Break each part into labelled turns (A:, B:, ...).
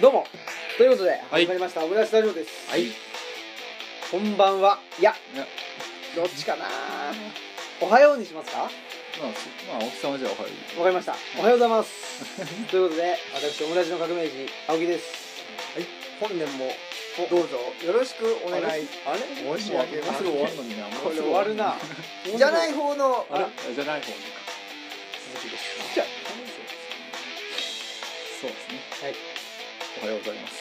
A: どうもということで
B: はい
A: 始まりました、オムライスラジオです
B: はい
A: こんばんはいや
B: いや
A: どっちかなおはようにしますかわか
B: まあ、そまあ、お日様じゃおはよう。
A: りましたおはようございますということで私オムライスの革命児青木です
C: 本年もどうぞよろしくお願
A: あ
C: い
A: れあ
C: 申し上げます
B: もうすぐ終わるの にな。もうす
A: こ
B: ぐ
A: れ終わるな
C: じゃない
A: 続
C: 方の
B: あれじゃない方に。
A: きです
B: じゃあ、そうですね。
A: はい
B: おはようございます。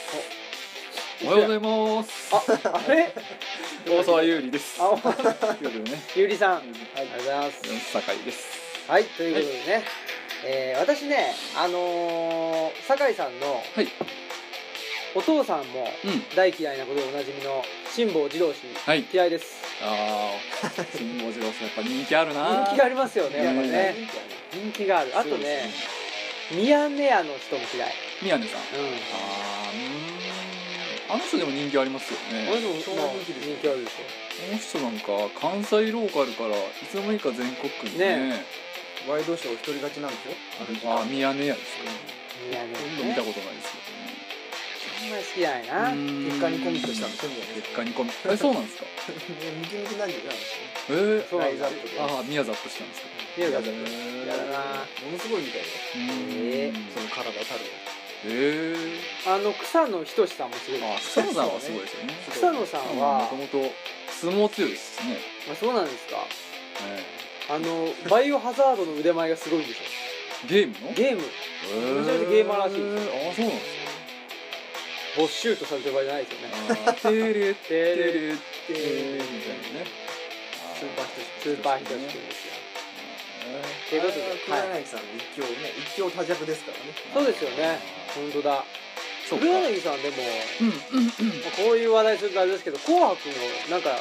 B: おはようございます。
A: ああれ
B: 大沢優里です。
A: あ
B: 夜ね。
A: ゆりさんあ
B: う
A: り
B: ん
A: がとうございます
B: 酒井です。
A: はいということでね、えー私ねあのー、酒井さんの
B: はい
A: お父さんも
B: うん。
A: 大嫌いなことでおなじみの辛坊治郎氏
B: はい。
A: 嫌いです
B: ああ、新五次郎さんやっぱ人気あるな。
A: 人気がありますよね
B: うん
A: やっぱね人気があるあとね。ミヤネ屋の人も嫌い
B: 宮根さん。
A: う
B: ああ、うーん。あの人でも人気ありますよね。
A: ん俺も
C: そう
A: まあ
C: 人気です
A: 人気あるでし
B: この人なんか関西ローカルからいつの間にか全国区にね
C: ワイドショー一人勝ちなんですよある時間
B: あ宮根屋ですよ、
A: ょミヤネ
B: ほ
A: 屋
B: とんど見
A: ね
B: た
A: あん
B: ことないです
A: まり好きじゃないな
B: けどね
C: 結果にコミットしたのそうじゃない
B: 結果にコミットえそうなんですか
C: ムキムキなんじゃない
B: えー、
A: そう
C: ラ
A: なん
C: イズ
A: だ
C: アップで
B: ああ宮ザップしたんですか
A: ミヤネ屋だ
B: へー
A: やだな
C: ものすごいみたいよ
B: うー
A: え
B: ん
C: その体たる
B: え
A: あの草野仁さんもすごい
B: ー、あ草野さんはすごいですよね
C: そう
A: 草野さんは
B: もと、もと相撲強いですしね、
A: まあ、そうなんですか
B: え
A: あのバイオハザードの腕前がすごいんですよ
B: ーゲームの
A: ゲーム
B: ー
A: めちゃめちゃゲーマーらしいで
B: ああそうなんですか
A: 没収とされてる場合じゃないですよね
B: あーテレテレテレみたいなね
C: スーパーヒトシ
A: スーパーヒトシ君ですよ
B: えー
A: ということで
C: 黒
A: はい
C: 柳さんの一強ね一強多弱ですからね
A: そうですよね本当だ
B: そうか
A: 黒柳さんでも
B: うんうんうん
A: まあこういう話題するとあれですけど「紅白」のなんか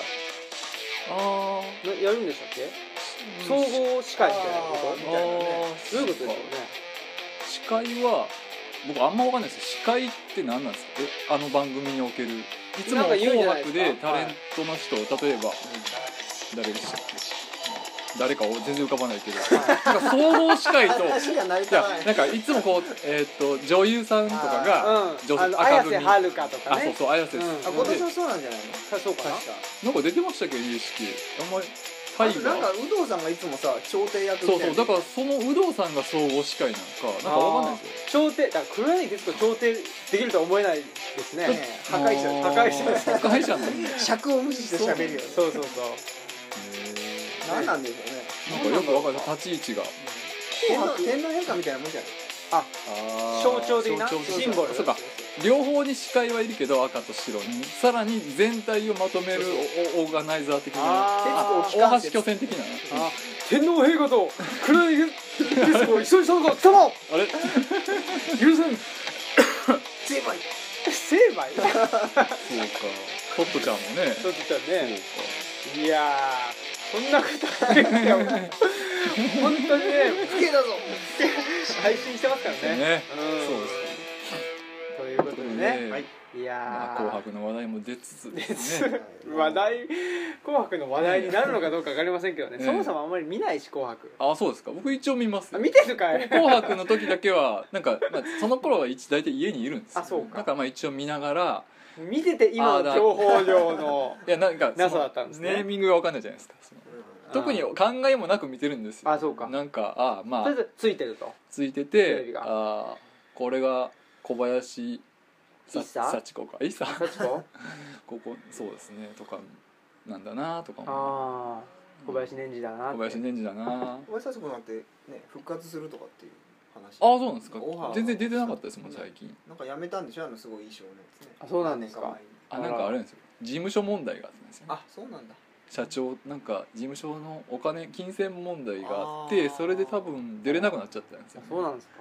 B: あ
A: なやるんでしたっけ
B: ー
A: 総合司会みたいな
C: あ
A: こ
C: ー
A: と
B: み
C: み
B: たい
C: たい
B: な
C: な
B: ね
C: ね
A: どういうことでしょうね
B: 司会は僕あんまわかんないです司会って何なんですかえあの番組におけるいつも
A: なんか言うんじ
B: 紅
A: ゃないです
B: 白
A: か
B: でタレントの人、例えば誰でしたっけ誰かを全然浮かばないけどなんか総合司会とい
C: 話が成り立
B: や
C: たない
B: なんかいつもこうえーっ、と女優さんとかがあ
A: う
B: 女
A: ん
B: 性
A: あの
B: 赤
A: 綾
B: 組
A: 瀬はるかとか
B: そう
A: ね
B: そう綾瀬です、
A: うん
C: あ今年はそうなんじゃないの
A: あそうかな
C: 確か
B: なんか出てましたっけど有識あんまり
C: あ
B: 大
C: と
B: 河
C: なんか有働さんがいつもさ調停役
B: そうそうだかららその有働さんが総合司会なのかなんかわかんないですよ
A: 調停だから黒柳徹子調停できるとは思えないですね
C: 破壊者
A: 破壊者
B: 破壊者なんだ
C: 尺を無視して喋るよね
A: そうそうそう
C: 何なんでしょうね
B: なんかよくわかんない立ち位置が
C: 天皇天皇陛下みたいなもんじゃない
A: 象徴的な
B: 象徴的
A: シンボル
B: そうか両方に司会はいるけど赤と白にさらに全体をまとめる
C: そう
B: おオーガナイザー的な
A: あ
C: 徹
A: ー
C: 子を聞か
B: 大
C: ん
B: 橋
C: で
B: 巨船的な
A: あ天皇陛下と黒柳徹子を一緒にしたのか貴様
B: あれ
A: 許せん
C: 成敗
A: 成敗ちょっ
B: そうかトットちゃんもね
A: と言ったらね
B: そ
A: いやーそんなことないですよ本当にね
C: 不敬だぞ
A: 配信してますから
B: うか
A: ね
B: ね
A: うん
B: そうです
A: ということでね
B: ね
C: はい
A: い
B: ま
A: やー
B: あ紅白の話題も出つつですね
A: 話題紅白の話題になるのかどうか分かりませんけどね、
B: ええ
A: そもそもあんまり見ないし紅白
B: あそうですか僕一応見ます
A: あ
B: よ
A: 見てるか い
B: 紅白の時だけはなんか、まあ、その頃は一大体家にいるんですよ
A: あそうか
B: だからまあ一応見ながら
A: 見てて今の情報量の
B: いやなんかその
A: NASA だったんですね
B: ネーミングが分かんないじゃないですかその特に考えもなく見てるんですよ
A: あそうか
B: なんかあま
A: とりあえ
B: あ
A: ずついてると
B: ついて
A: テレ
B: て
A: ビが
B: あこれが小林さ
A: イサ
B: 幸子かいさ
A: 幸子
B: ここそうですねとかなんだなとかも
A: ああ小林年次だなって
B: 小林年次だなあ
C: 小林幸子なんてね復活するとかっていう話
B: そうなんですか
C: オファー
B: 全然出てなかったですもん最近
C: なんかやめたんでしょあのすごい衣装のやつね
A: あそうなんですか
C: 何年前に
B: あなんかあれなんですよ事務所問題があったんですよね
C: あそうなんだ
B: 社長なんか事務所のお金金銭問題があって
C: あー
B: それで多分出れなくなっちゃったんですよ
A: あそうなんですか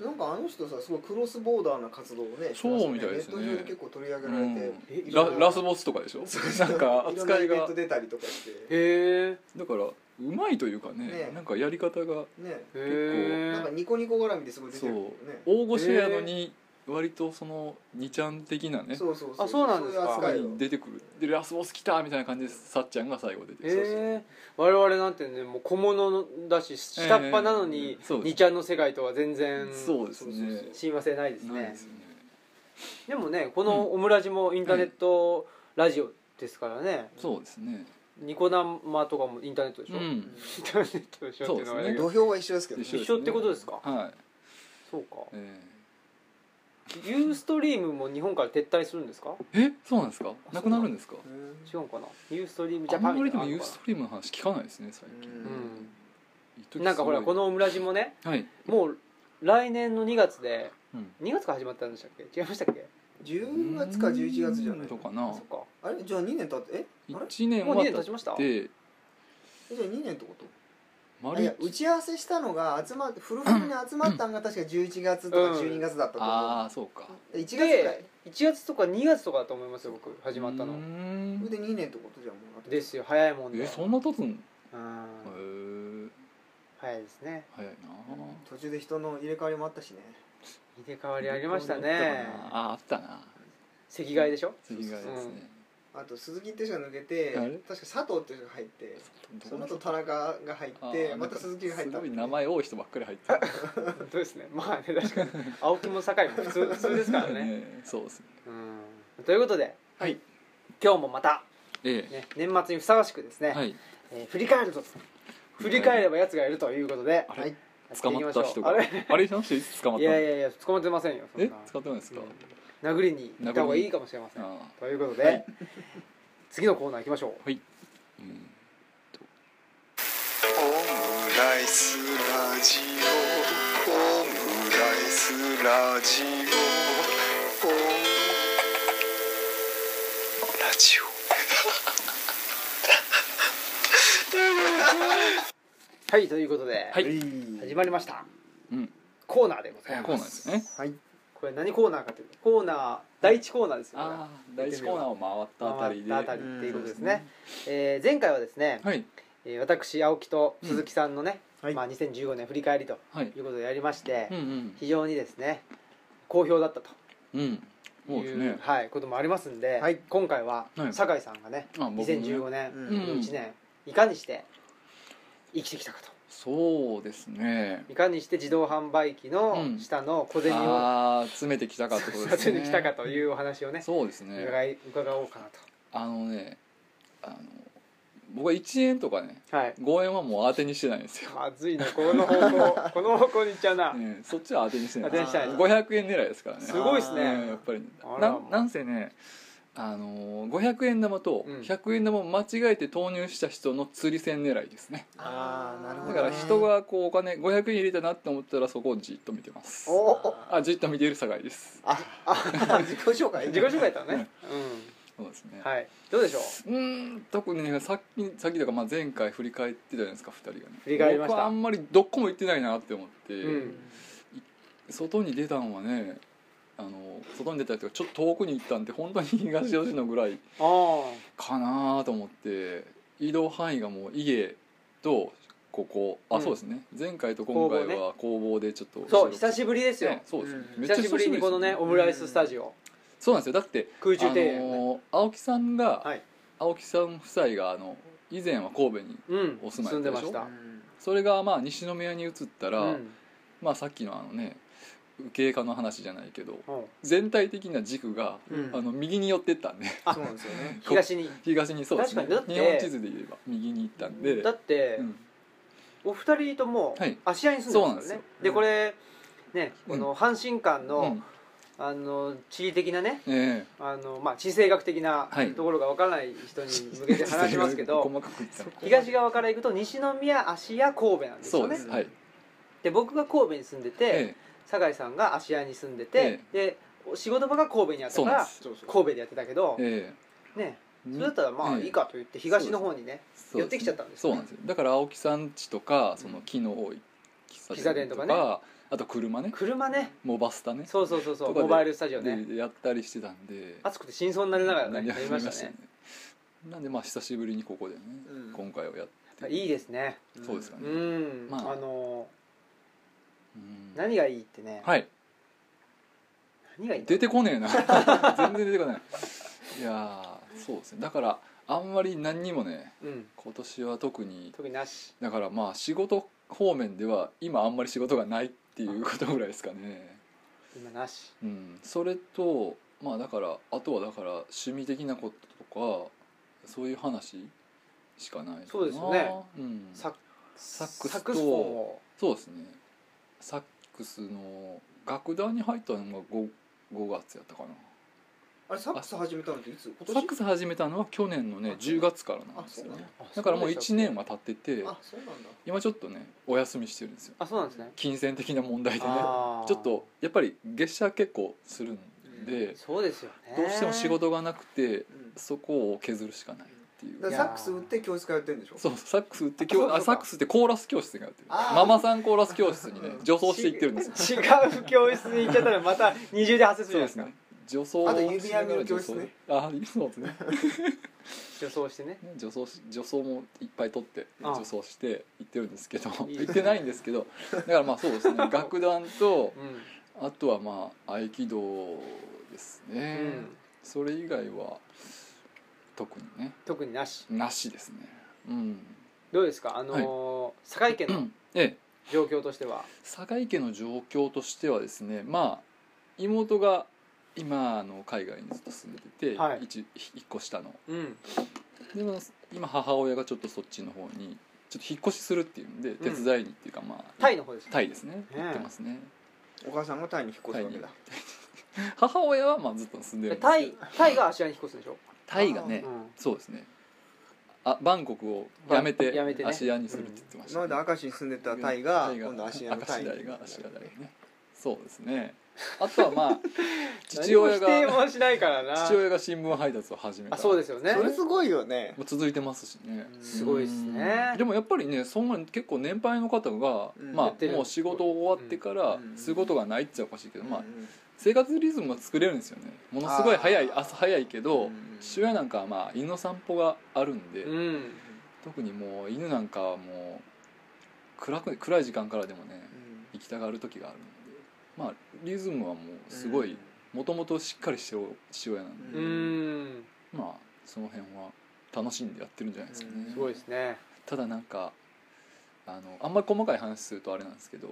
C: なんかあの人さすごいクロスボーダーな活動をね
B: そうみたいですね
C: ネット上で結構取り上げられて、
A: え
B: うん、ララスボスとかでしょなんか
C: いろんな
B: 扱い
C: イベン
B: が
C: ト出たりとかして
A: へえ
B: だからうまいというかね
C: ね
B: なんかやり方が
C: ね
A: へ
C: なんか
A: え
C: ニコニコ絡みですごい出てるもんね
B: 大御所やのに割とその2ちゃん的なね
C: そうそうそう
A: あそうなんですか
C: そういう
B: に
C: 扱いを
B: 出てくるでラスボス来たみたいな感じでさっちゃんが最後出てきて
A: えー、我々なんてねもう小物だし下っ端なのに
B: えーそうです
A: 二ちゃんの世界とは全然
B: そうですね
A: 親和性ないです
B: ない
A: ね
B: ですよね
A: でもねこのオムラジもインターネットラジオですからね、
B: そうですね
A: ニコ生とかもインターネットでしょ、
B: う
A: イン
B: ん
A: ターネットでしょっていうのが
B: そうですね
C: 土俵は一緒ですけど、ね
B: 一、緒です
A: 一緒ってことですか
B: はい
A: そうか
B: え
A: ユーストリームも日本から撤退するんですか
B: ーえそうなんですかなくなるんですか
A: 違うかなユーストリームジ
B: あ
A: ャパン
B: んまりでも
A: みたい
B: ユ
A: な
B: ー
A: の
B: ストリームの話聞かないですね最
C: う
A: あ
B: 近
A: るのか
C: ん
B: 一時
A: なう
B: すご
A: ん
B: い
A: なんかほらこのオムラジもね
B: はい
A: もう来年の2月で
B: うん
A: 2月から始まったんでしたっけ違いましたっけ
C: 10月か11月じゃない
B: とか
A: あ
B: な
A: そっか
C: あれじゃあ2年経ってえあれ
B: 一年
A: もう
B: は
A: 2年経ちました
B: で
C: えじゃあ2年ってことあ
B: 丸一
C: いや打ち合わせしたのが集まってフルフルに集まったのが確か11月とか12月だったと思う、
B: ああそうか
C: 1月くらい
A: で1月とか2月とかだと思いますよ僕始まった
B: うー
A: の
B: ん
C: それで2年ってことじゃんもうあと
A: ですよ早いもんで
B: えそんな経つんへ
A: うん
B: え
A: 早いですね
B: 早いな
C: 途中で人の入れ替わりもあったしね
A: 入れ替わりありました
B: あ
A: ね
B: ああったな
A: 赤外で しょ
B: 次がですね
C: あと鈴木って人が抜けて
B: あれ
C: 確か佐藤って人が入ってその後田中が入
B: あ
C: っ
B: ー
C: てまた鈴木が入った
B: すご
C: んだ
B: い
C: よね
B: 名前多い人ばっかり入ってる
A: 本当ですねまあね確かに青木も酒井も普通普通ですからね
B: ねそうですね
A: うんということで
C: はい
A: 今日もまた、
B: え
A: ね、年末にふさわしくですね、
B: えはい
A: えー振り返ると振り返ればやつがいるということで
B: あ
C: は
B: れ
C: い
A: やて
B: 捕
A: いきま
B: まっ
A: しょ
B: た
A: う
B: 人
A: あ
B: が
A: れ
B: あれの人いつ捕まっ
A: い
B: たの
A: やいやいや捕まってませんよそん
B: え
A: な
B: 使ってないですか
A: うん殴りに行った方がいいかもしれません
B: あ
A: ということで、
B: はい
A: 次のコーナー行きましょう
B: ーうん
D: オムライスラジオオムライスラジオオムラジオ
A: はいということで、
B: はい
A: 始まりました
B: うん
A: コーナーでご
B: コ
A: ざい
B: ー
A: ます
B: ナーですね
C: はい
A: これ何コーナーかというとコーナー第一コーナーですよ、ね、
B: ああ第一コーナーを回ったあたりで
A: 回ったあたりっていうことですね、えー前回はですね、
B: はい
A: えー私青木と鈴木さんのね、
C: はい
A: まあ、2015年振り返りと
B: はい
A: いうことでやりまして、
B: うんうん
A: 非常にですね好評だったと
B: うんそうで
A: い
B: す
A: う、
B: ね
A: はい、こともありますんで、
C: はい
A: 今回は
B: はい
A: 酒井さんがね、
B: あ僕もね
A: 2015年
C: うん
A: の1年、いかにして生きてきたかと
B: そうですね
A: いかにして自動販売機の
B: うん
A: 下の小銭を
B: ああ詰めてきたかっ てことで
A: 撮
B: す
A: 影
B: ね
A: に来たかというお話をね
B: そうですね
A: 伺い伺おうかな
B: あのねあの僕は1円とかね
A: とはい
B: 5円はもう当てにしてないんですよ、
A: まずいなこの方 向この方向に行っちゃうな、
B: ね、そっちは当てにしてない
A: 当てにしてない
C: あー
B: 500円狙いですからね
A: すごいっすね
B: うんやっぱり
A: あら
B: なんなんせねあのー500円玉と
A: うん
B: 100円玉を間違えて投入した人の釣り銭狙いですね
C: あーなるほ
B: だ
C: ど
B: から人がこうお金500円入れたなって思ったらそこをじっと見てます
A: おお
B: あじっと見ている境です
C: ああ 自己紹介
A: 自己紹介だったのね、
B: そうですね
A: うん、はいどうでしょう
B: うーん特にねさっきさっきとか、まあ、前回振り返ってたじゃないですか2人がね
A: 振り返りました
B: 僕はあんまりどこも行ってないなって思って、
A: うん
B: 外に出たんはねあの外に出たりとかちょっと遠くに行ったんで本当に東吉野ぐらい
A: あ
B: かなと思って移動範囲がもう家とここあ、
A: うん
B: そうですね前回と今回は工房でちょっと
A: あそう久しぶりですよ、
B: ねそうですね、
C: うん
B: めっちゃ
A: 久しぶりにこのね
B: です
A: オムライススタジオ
B: そうなんですよだって
A: 空中庭
B: あ
A: 園をね
B: の青木さんが、
A: はい
B: 青木さん夫妻があの以前は神戸に
A: うん
B: お住ま
A: 住
B: い
A: ん
B: だ
A: でま
B: ったでしょ
A: した
B: それがまあ西宮に移った
A: う
B: ら、
A: ん
B: まあ、さっきのあのね経過の話じゃないけど
A: うん
B: 全体的な軸が、
C: うん
B: あの右に寄ってったんで
C: そうなんですよね
A: 東に
B: 東にそうですね
A: 確かに
B: 日
A: だって
B: 本地図で言えば右に行ったんで
A: だって、
B: うん
A: お二人とも
B: はい
A: 芦屋に住んでます
B: そう
A: よ
B: なん
A: ね
B: で
A: でこれね
B: う
A: こ
B: ん
A: の阪神間の,、
B: うん
A: あの地理的なね
B: え
A: あの、まあ、地政学的な
B: はい
A: ところがわからない人に向けて
B: え
A: 話しますけど、
B: 細かく言ったら
A: 東側から行くと西宮芦屋神戸なんです
B: そ
A: よ
B: うで
A: ね
B: すはい
A: で僕が神戸に住んでて、
B: え
A: 酒井さんが芦屋に住んでて、でお仕事場が神戸にあった
B: そう
A: か
B: なん
A: ら
B: です
C: そうそう
A: 神戸でやってたけど、
B: ええ
A: ね
B: に
A: それだったらまあ
B: ええ
A: いいかと言って東の方にね
B: そう
A: 寄ってきちゃったんです
B: そう
A: よね
B: なんですよだから青木さん家とかその木の多い喫茶店とか
A: 喫茶店とか
B: あと車ね
A: 車ね
B: モバスタね
A: そうそうそうそう
B: とかで
A: モバイルスタジオね
B: でやったりしてたんで
A: 暑くて真相になりながらね
B: や
A: や
B: り
A: り
B: ま
A: ま
B: し
A: したた
B: ね
A: ね
B: なんでまあ久しぶりにここでね、
C: うん
B: 今回をやって
A: いいですね
B: そうですかね
A: うん、
B: まあ
A: あ、の
B: うん
A: ー何がいいってね、
B: はい
A: 何がいいの
B: 出て こねえな全然出てこないいやーそうですねだからあんまり何にもね
A: うん
B: 今年は特に
A: 特になし
B: だからまあ仕事方面では今あんまり仕事がないっていうことぐらいですかね
A: 今なし
B: うん、それとまあだからあとはだから趣味的なこととかそういう話しかないかな
A: そうですよね、
B: うん、
A: サッ
B: サックスと
A: サックスフォンを
B: そうですねサックスの楽団に入ったのが 5, 5月やったかな
C: あれサックス始めたのっていつ今年
B: サックス始めたのは去年のね10月からなんですよねだからもう1年は経ってて
C: あそうなんだ
B: 今ちょっとねお休みしてるんですよ
A: あそうなんですね
B: 金銭的な問題でね
A: あー
B: ちょっとやっぱり月謝結構するんで、
A: そうですよね
B: どうしても仕事がなくて
C: うん
B: そこを削るしかないっていう
C: だからサックス売って教室通ってるんでしょ
B: そうサックスって教
C: あそうか
B: あサックスってコーラス教室がやってる
C: あー
B: ママさんコーラス教室にね女装していってるんですよ
A: 違う教室に行っちゃったらまた二重で発生す
B: そう
A: る
B: で
A: じ
B: す
A: ゃない
B: ね
A: で
B: 女装
C: あと指輪見る
B: 女
C: 教
B: 装
C: 室ね
B: あそうですね
A: すか女装してね
B: ね女装し女装もいっぱい取って
A: ああ
B: 女装して行ってるんですけど
A: いい
B: 行
A: で
B: っ
A: すね
B: てないんですけどだからまあそうですね楽団と
A: うん
B: あとはまあ合気道です
A: う
B: ね、
A: ん
B: それ以外は特にね
A: 特になし
B: なしですねうん
A: どうですかあのー堺家の
B: ええ
A: 状況として は
B: 酒井家の状況としてはですねまあ妹が今あの海外にずっと住んでて、
A: はい
B: 一引っ越したの
A: うん
B: でも今母親がちょっとそっちの方にちょっと引っ越しするっていうんで手伝いにっていうかまあ、
A: タイの方ですね
B: タイですね
A: え
B: 行ってますね
C: お母さんがタイに引っ越すわけだ
B: 母親はまあずっと住んでるんです
A: タ
B: け
A: イ
B: ど
A: タイが芦屋に引っ越すんでしょ
B: タイがね、
A: うん
B: そうですねあバンコクをやめて
A: やめてね
B: 芦屋にするって言ってました
C: 今
B: ね、
C: まで明石に住んでたタイが
B: タイ
C: 今度芦屋の
B: 明
C: タイ
B: 石
C: に
B: 台が芦屋台ねそうですねあとはま あ父
A: 何
B: 親
A: も
B: が
A: 否定もしないからな
B: 父親が新聞配達を始めた
A: あそうですすよね
C: それすごいよね
B: 続いてますしね
A: すごいですね
B: うんでもやっぱりねそんなに結構年配の方が、
C: うんや
B: ま
A: って
B: あ
A: る
B: もう仕事終わってから
C: うん
B: することがないっちゃおかしいけど、まあ
C: うんうん
B: 生活リズムが作れるんですよねものすごい早い
C: あー
B: 朝早いけど、
C: うん
B: 父親なんかはまあ犬の散歩があるんで、
A: うん
B: 特にもう犬なんかはもう暗く暗い時間からでもね
C: うん
B: 行きたがる時があるんでまあリズムはもうすごいもともとしっかりしてる父親なんで、
A: うん
B: まあその辺は楽しんでやってるんじゃないですかね、
C: うん
A: すごいですね
B: ただなんかあのあんまり細かい話するとあれなんですけど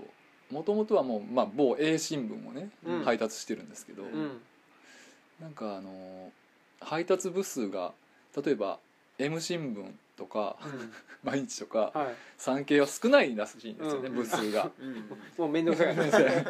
B: もともとはもう、まあ、某 A 新聞をね、
A: うん
B: 配達してるんですけど、
A: うん
B: なんかあの配達部数が例えば M 新聞とか 毎日とか
A: はい
B: 産経は少ないらしいんですよね、
A: うん
B: 部数が
C: うん
A: もう面倒くさいからね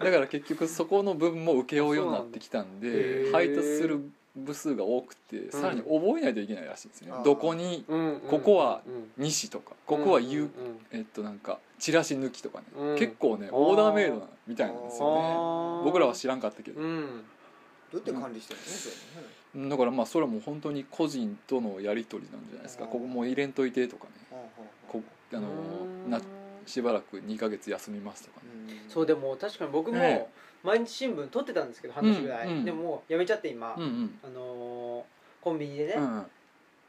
B: だから結局そこの部分も請け負うようになってきたんで
A: そうなんだへー
B: 配達する部数が多くてさらに覚えないといけないらしいんですね、
C: うん
B: どこに
A: うんうん
B: ここは
A: うん
B: 西とかここは
A: うん
B: 有
A: うんうん
B: えっとなんかチラシ抜きとかね、
A: うん
B: 結構ね
A: あー
B: オーダーメイドなみたいなんですよね
A: あー
B: 僕らは知らんかったけど、
A: うん
C: どうやって管理してるのそれね
B: だからまあそれはもう本当に個人とのやり取りなんじゃないですか
C: あー
B: ここもう入れんといてとかね
C: はあはあ
B: こあの
A: うん
B: なしばらく2ヶ月休みますとかね
C: うん
A: そうでも確かに僕
B: え
A: も毎日新聞撮ってたんですけど半年ぐら
B: うんう
A: い
B: ん
A: でももうやめちゃって今
B: うんうん
A: あのーコンビニでね
B: うんうん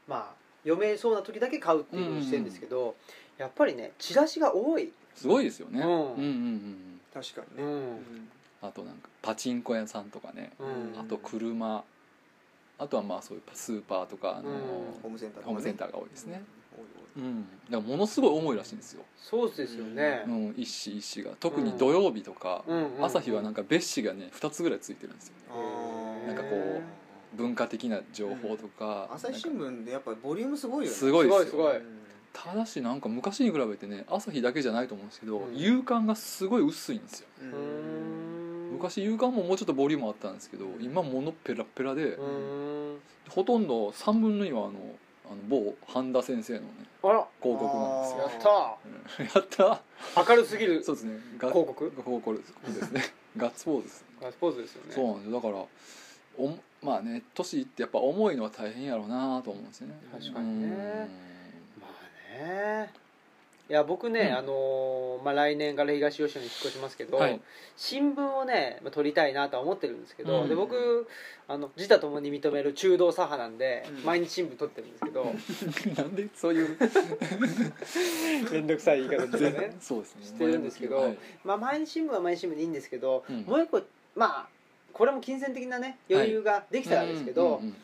A: まあ読めそうな時だけ買うっていうふうにしてるんですけどやっぱりねチラシが多い
B: すごいですよね、
A: う
B: うんん、うんうんうん
C: 確かに
A: う
C: ね
A: ん
B: あとなんかパチンコ屋さんとかね、
A: うん
B: あと車あとはまあそういうスーパーとかあの、
A: うん
C: ホームセンターとかね
B: ホームセンターが多いですね、
C: 多い
B: うん、だからものすごい重いらしいんですよ
A: そうですよね
B: う、ん、一子一子が特に土曜日とか、
A: うんうんうん
B: 朝日はなんか別紙がね2つぐらいついてるんですよね
C: 多
A: へ
C: い
A: ー
B: なんかこう文化的な情報とか,、
C: 朝日新聞でやっぱボリュームすごいよね
B: すごいですよ
A: すごいすごい
C: うん
B: ただしなんか昔に比べてね朝日だけじゃないと思うんですけど、
A: うん
B: 夕刊がすごい薄いんですよ
C: う
A: うんん
B: 昔夕刊ももうちょっとボリュームあったんですけど今ものペラペラで、
A: うん
B: ほとんど3分の2はあのあの某半田先生のね
A: あら
B: 広告なんです
A: や
B: よ
A: っ
B: やった
A: た明るすぎる
B: そうですねが
A: 広告
B: 広告ですねガッツポーズです
A: ガッツポーズですよね
B: そうなんですよだからおまあね年いってやっぱ重いのは大変やろうなと思うんですよね
A: 確かにね
B: うん
A: まあねいや僕ね、
B: うん
A: あのーまあ、来年から東吉野に引っ越しますけど、
B: はい
A: 新聞をね、まあ、取りたいなとは思ってるんですけど、
B: うん
A: で僕あの自他ともに認める中道左派なんで、
C: うん
A: 毎日新聞取ってるんですけ ど
B: なんでそういう
A: 面倒くさい言い方でね、
B: そうですね
A: してるんですけど
B: はい
A: まあ、毎日新聞は毎日新聞でいいんですけど、
B: うん
A: もう一個まあこれも金銭的なね余裕ができたらですけど、
B: うんうんうん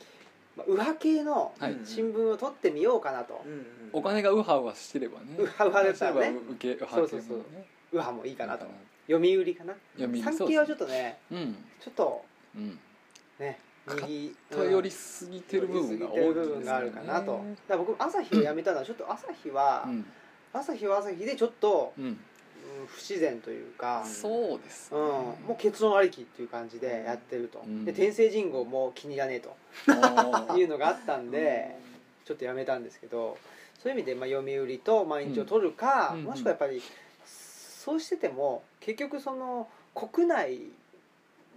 A: まあ、右派系の
B: はい
C: うん
A: 新聞を取ってみようかなと、
C: うんうん
B: お金がウハウハしてればね
A: ウハウハだったらね
B: そうすればウケウハ
A: そう
B: 系
A: そうそ
B: の
A: う
B: ね
A: 右派もいいかなと
B: なんか
A: 読売かな
B: 読売
A: 産
B: そう
A: 経
B: で
A: は
B: す
A: ちょっとね
B: うん
A: ちょっと
B: うん
A: ね右
B: 頼
A: う
B: り
A: ん
B: すぎてる部分が大きい
A: 寄りすぎてる部
B: ですよ
A: 分
B: ね
A: があるかなと、だから僕朝日をやめたのはちょっと朝日は、
B: うん
A: 朝日は朝日でちょっと、
B: うん
A: うん不自然というか
B: そうです
A: うん、もう結論ありきっていう感じでやってると、
B: うん
A: で天聖人号も気に入らねえと
B: あ
A: いうのがあったんで、ちょっとやめたんですけどそういう意味でまあ読売と毎日を取るか、
B: うん
A: もしくはやっぱりそうしてても結局その国内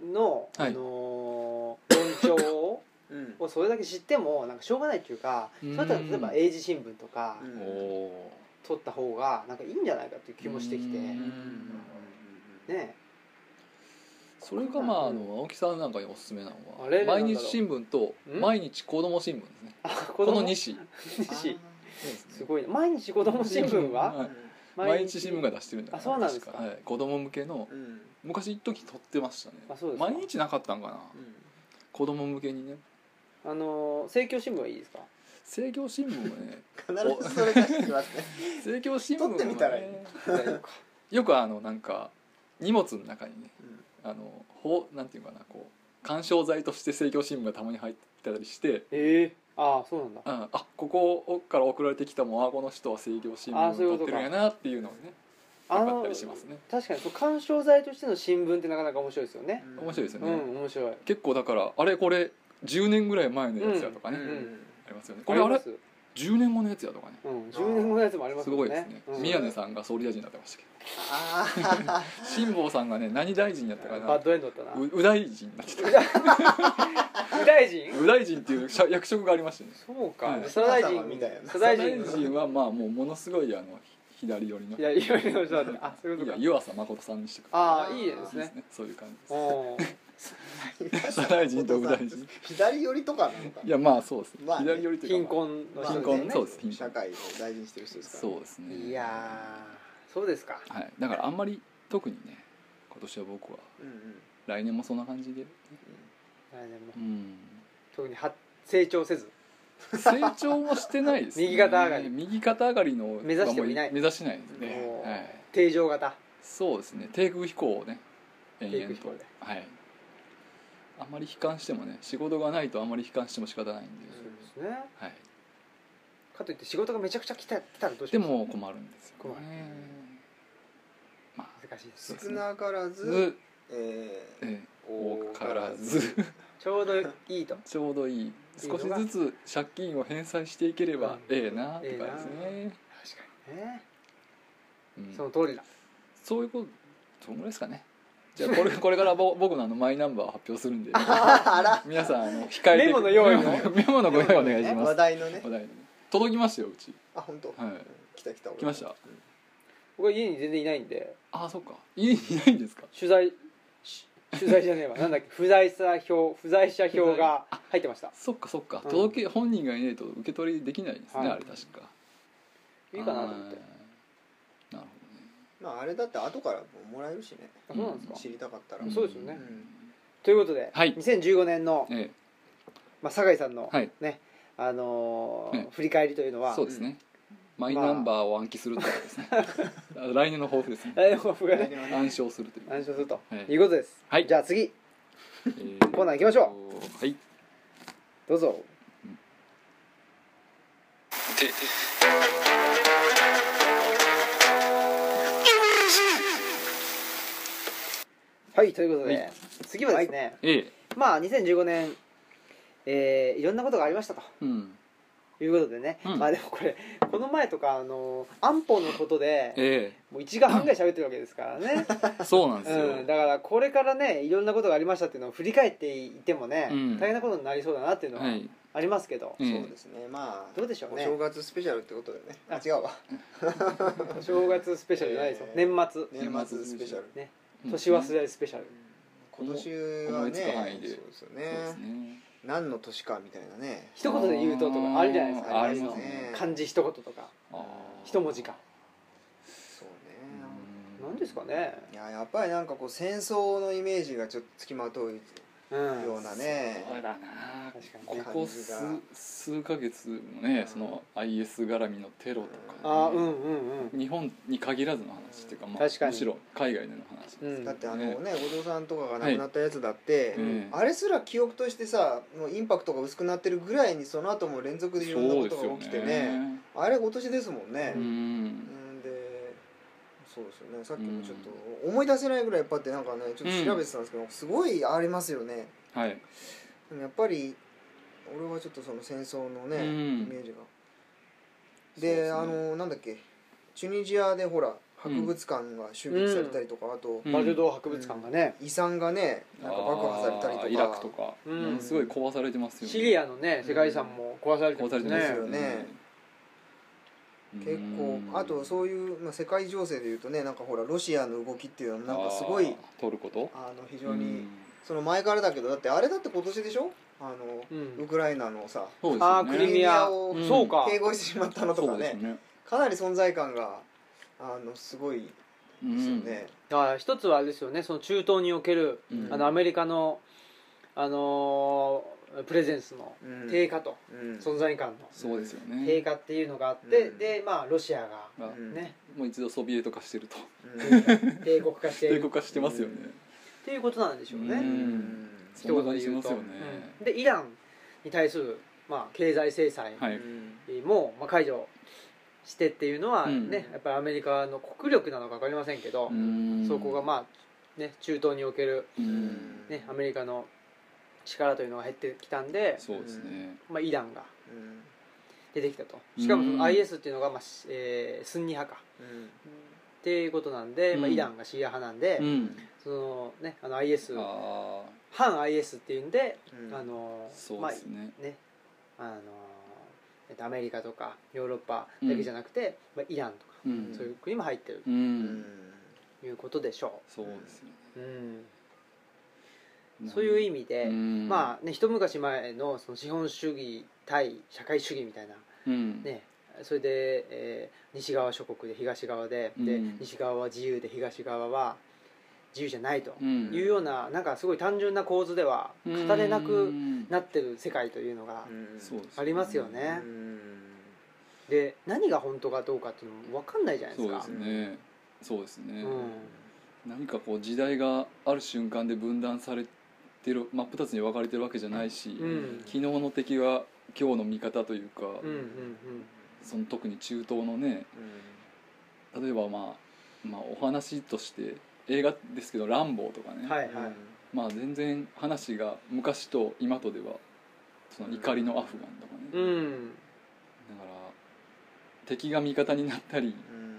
A: の、
B: はい
A: あのー論調を
C: うん
A: をそれだけ知ってもなんかしょうがないっていうか、
B: うん
A: そういったら例えば英字新聞とか
C: う
B: ー
C: ん
B: お
A: 取った方がなんかいいんじゃないかっていう気もしてきて、
B: うん
A: ね
B: ーそれがまああの青木さんなんかにおすすめなのは
A: あれなんだろ
B: 毎
A: う
B: 日新聞と
A: うん
B: 毎日子供新聞ですね
A: あ子
B: この
A: 供
B: 2紙
A: 西
B: そうですね
A: すごいね毎日子供新聞は
B: はい毎日新聞が出してるんだ
A: あそうなんですか
B: 確はい、子供向けの
C: うん
B: 昔一時撮ってましたね
A: あそうですか
B: 毎日なかったんかな子供向けにね
A: あのー政教新聞はいいですか
B: 政教新聞はね
C: 必ずそれ出してきますね
B: 政教新聞は、ね、
C: 撮ってみたらい
B: よくあのなんか荷物の中にね
C: うん
B: あのほうなんていうかなこう緩衝材として政教新聞がたまに入ってたりして
A: ええああそうなんだ
B: うん、あここから送られてきたもんあこの人は政教新聞
A: あ
B: を
A: そういうこと
B: 撮って
A: か
B: るんやなっていうのをね
A: あ
B: 分
A: の
B: かったりしますね
A: 確かにその鑑賞材としての新聞ってなかなか面白いですよね
B: 面白いですよ
A: う
B: ね、
A: ん面白い
B: 結構だからあれこれ10年ぐらい前のやつやとかね、
A: うん
B: ありますよねこれあ
A: りま
B: れ
A: す
B: 10年後のやつやとかね
A: うん10年後のやつもありますす
B: ご
A: もん
B: い
A: ね
B: ですね、
A: うん
B: 宮根さんが総理大臣になってましたけど
C: ああ
B: 辛坊さんがね何大臣やったかな
A: バッドエンドだったな
B: う右大臣になってた
A: 副大臣
B: 右大臣っていう社役職がありましたね
A: そう
B: は
A: か
B: い
A: 佐大
C: 皆
A: 臣
C: 様みたいな
A: 佐大臣
B: 左大臣はまあもうものすごいあの左寄りの
A: いやいろいろだったあそういうこ
B: い
A: と
B: や
A: か
B: 湯浅誠さんにしてく
A: ああいいです
B: れです
A: ね
B: ねそういう感じで
A: おー
B: す左大臣と右大臣
C: 左寄りとかなのか
B: いやまあそうですね、
C: まあね
B: 左寄りとい
A: 貧
B: うかまあ
A: 困の人
B: 貧
A: ですよ
B: 困
A: ね
B: そうです貧困
C: 社会を大事にしてる人ですから
B: そうですね
A: いやーそうですか
B: はいだからあんまり特にね今年は僕は
C: うんうん
B: 来年もそんな感じで
A: 来年も
B: うん
A: 特には成長せず
B: 成長もしてないで す、
A: 右肩上がり
B: 右肩上がりの
A: 目指してもいない
B: 目指してないですね
A: お、ー
B: はい、
A: 定常型
B: そうですね低空飛行をね延々
A: 低空
B: と
A: 飛行で
B: はいあまり悲観してもね仕事がないとあまり悲観しても仕方ないんで、
A: そうですね
B: はい、
A: かといって仕事がめちゃくちゃ来た来たらどうし
B: で
A: よう
B: も困るんですよ、
A: 困る
B: ね、まあ
A: 難しいです
B: そうです
C: 少
B: ね
C: なからず
B: ず、
C: え
B: え
C: ー
B: ー多から ず
A: ちょうどいいと
B: ちょうどいい
A: いの
B: 少し
A: が
B: ずつ借金を返済していければええなって感じですね、
A: 確かにね
B: うん
A: その通りだ
B: そういうことそんぐらいですかねじゃ あこれこれからぼ僕のあのマイナンバーを発表するんで
C: あら
B: 皆さんあの控えて
A: メモの用意を
B: メモのご用意お願いします
C: 話題のね
B: お題届きましたようち
C: あ本当
B: はい
C: 来た来た
B: 来ました
A: 僕は家に全然いないんで
B: ああそっか家にいないんですか
A: 取材し取材じゃねえわなんだっけ不在者票不在者票が入ってました
B: そっかそっか
A: うん
B: 届け、本人がいないと受け取りできないですね、
A: はい
B: あれ確か
A: いいかなと思って
B: あーなる
C: まああれだって後からもらえるしね
A: あそうなんですか
C: 知りたかったら
B: ほどね
A: そうですよね
B: ん
A: ということで
B: はい
A: 2015年の
B: え
A: まあ酒井さんの
B: はい
A: ねあのー
B: ええ
A: 振り返りというの
B: え
A: は
B: そうですね、マイナンバーを暗記するってことです ね、来年の抱負ですね
A: 来年の抱負がね
B: 暗唱するという、
A: 安心すると
B: はい
A: いうことです
B: はい
A: じゃあ次
B: えー
A: コーナー行きましょ
B: はい
A: どうぞ
D: で
A: はいということで、
B: はい
A: 次はですね、
B: ええ
A: まあ2015年、えーいろんなことがありましたと
B: うん
A: いうことでね、
B: うん
A: まあでもこれこの前とかあの安保のことで
B: え
A: もう1時間半ぐらい喋ってるわけですからね、
B: え そうなんですよ、
A: うん、だからこれからねいろんなことがありましたっていうのを振り返っていてもね、
B: うん
A: 大変なことになりそうだなっていうのは
B: はい
A: ありますけど、
B: ええ
C: そうですねまあ
A: どうでしょうね
C: お正月スペシャルってことでねあ違うわ
A: お正月スペシャルじゃないですよ、
C: えー
A: 年末
C: 年末スペシャル
A: ね
B: うん
A: 年忘れスペシャル、
C: 今年は
B: 思
C: ね
B: いつく範囲で
C: そうですよ
B: そうです
C: ね
B: ね
C: 何の年かみたいなね
A: 一言で言うととかあるじゃないですか
B: あー
A: あれの
B: あります
C: ね
A: 漢字一言とか
B: あー
A: 一文字か
C: そう
B: う
C: ね
B: ん
A: 何ですかね
C: いややっぱりなんかこう戦争のイメージがちょっとつきまとう
A: うん
C: ようなね
B: そうだな
A: 確かに
B: こ
A: ね
B: こ数
C: 感
B: 数ヶ月もねその IS 絡みのテロと
A: あー
B: か
A: う
B: ね、
A: んうん
B: 日本に限らずの話っていうか,、まあ、
A: 確かに
B: むしろ海外での話
A: うんうん
C: だってあのね後藤さんとかが亡くなったやつだって、
B: うん
A: うん
C: あれすら記憶としてさもうインパクトが薄くなってるぐらいにその後も連続でいろんなことが起きてねあれ今年ですもんね、
B: う
C: うん
B: ん
C: でそうですよねさっきもちょっと思い出せないぐらいやっぱってなんかねちょっと調べてたんですけど、すごいありますよね
B: はい
C: でもやっぱり俺はちょっとその戦争のね、
B: うん
C: イメージが
B: そう
C: で
B: ですね
C: あのなんだっけチュニジアでほら博物館が襲撃されたりとか、あと
B: うん
A: バルドー博物館がね、
C: 遺産がねなんか爆破されたりと
B: あ
C: か
B: ーイラクとか、
A: うん
B: うんすごい壊されてますよね
A: シリアのね世界遺産も壊されて
B: 壊されて
A: ね
B: ますよ
C: ね
B: ね
C: 結構あとそういう、まあ、世界情勢でいうとねなんかほらロシアの動きっていうのもなんかすごい
B: 取ること
C: あの非常にその前からだけどだってあれだって今年でしょあの
A: う
C: ウ
A: ん、
C: クライナのさ
B: そうですよね
A: あークリミア、
C: クリ
B: ミアを
A: そうか
C: 併合してしまったのと
B: そ
C: か
B: うです
C: ね
B: ね
C: かなり存在感があのすごい
B: うん
C: ですよね、
A: あ一つはあれですよねその中東における、
B: うん
A: あのアメリカの、あのープレゼンスの
C: うん
A: 低下と、
C: うん
A: 存在感
B: そうですよ
A: の低
B: ね
A: 下っていうのがあって、
C: うん
A: でまあロシアが
B: が
C: うん
A: ね、
B: もう一度ソビエト化してると
A: 帝国化してい
B: 英
A: る
B: 語化してますよね
A: っていうことなんでしょうね、
B: う
C: うんん
A: 一
B: そん
A: 言
B: な感
A: で
B: じし
A: 言う
B: ま
A: と
B: すよね
A: うんでイランに対する、まあ、経済制裁
B: はい
A: も、まあ、解除してっていうのは、
B: うん
A: ねやっぱりアメリカの国力なのか分かりませんけど、
B: うん
A: そこがまあ、ね、中東における、
B: うん
A: ね、アメリカの力というのが減ってきたんで、
B: そうですね
A: まあ、イランが
C: うん
A: 出てきたとしかもそ
B: うん
A: の IS っていうのが、まあしえースンニ派か
C: うん
A: っていうことなんで、まあ、
B: うん
A: イランがシーア派なんで、
B: うん
A: そのねあの IS
B: ああ
A: 反 IS っていうんで、
C: うん
A: あの
B: そう
A: まあ
B: ですね
A: ねあのえっとアメリカとかヨーロッパだけじゃなくて、まあ、イランとか、
B: うん
A: そういう国も入ってる
B: う
C: うんん
A: ということでしょ
B: そうですよ
A: う、うん、
B: ね
A: そういう意味で、
B: うん
A: まあね一昔前のその資本主義対社会主義みたいな
B: うん
A: ねそれで、えー西側諸国で東側でで、
B: うん
A: 西側は自由で東側は自由じゃないと
B: うん
A: いうようななんかすごい単純な構図では語れなくなってる世界というのが、
C: うん
B: そうです
A: ありますよね
C: うん
A: で何が本当かどうかっていうのも分かんないじゃないです
B: そうで
A: か
B: すねそうですね
A: う
B: 何かこう時代がある瞬間で分断されてる真っ二つに分かれてるわけじゃないし、
A: んうん
B: 昨日の敵は今日の味方というか、
A: うんうん
B: その特に中東のね例えば、まあ、まあお話として映画ですけど「ランボー」とか
A: う
B: ね、
A: んはい
C: うん
A: はい
B: まあ全然話が昔と今とではその怒りのアフガンとかね、
A: う
B: だか
A: ん
B: ら敵が味方になったり
C: うん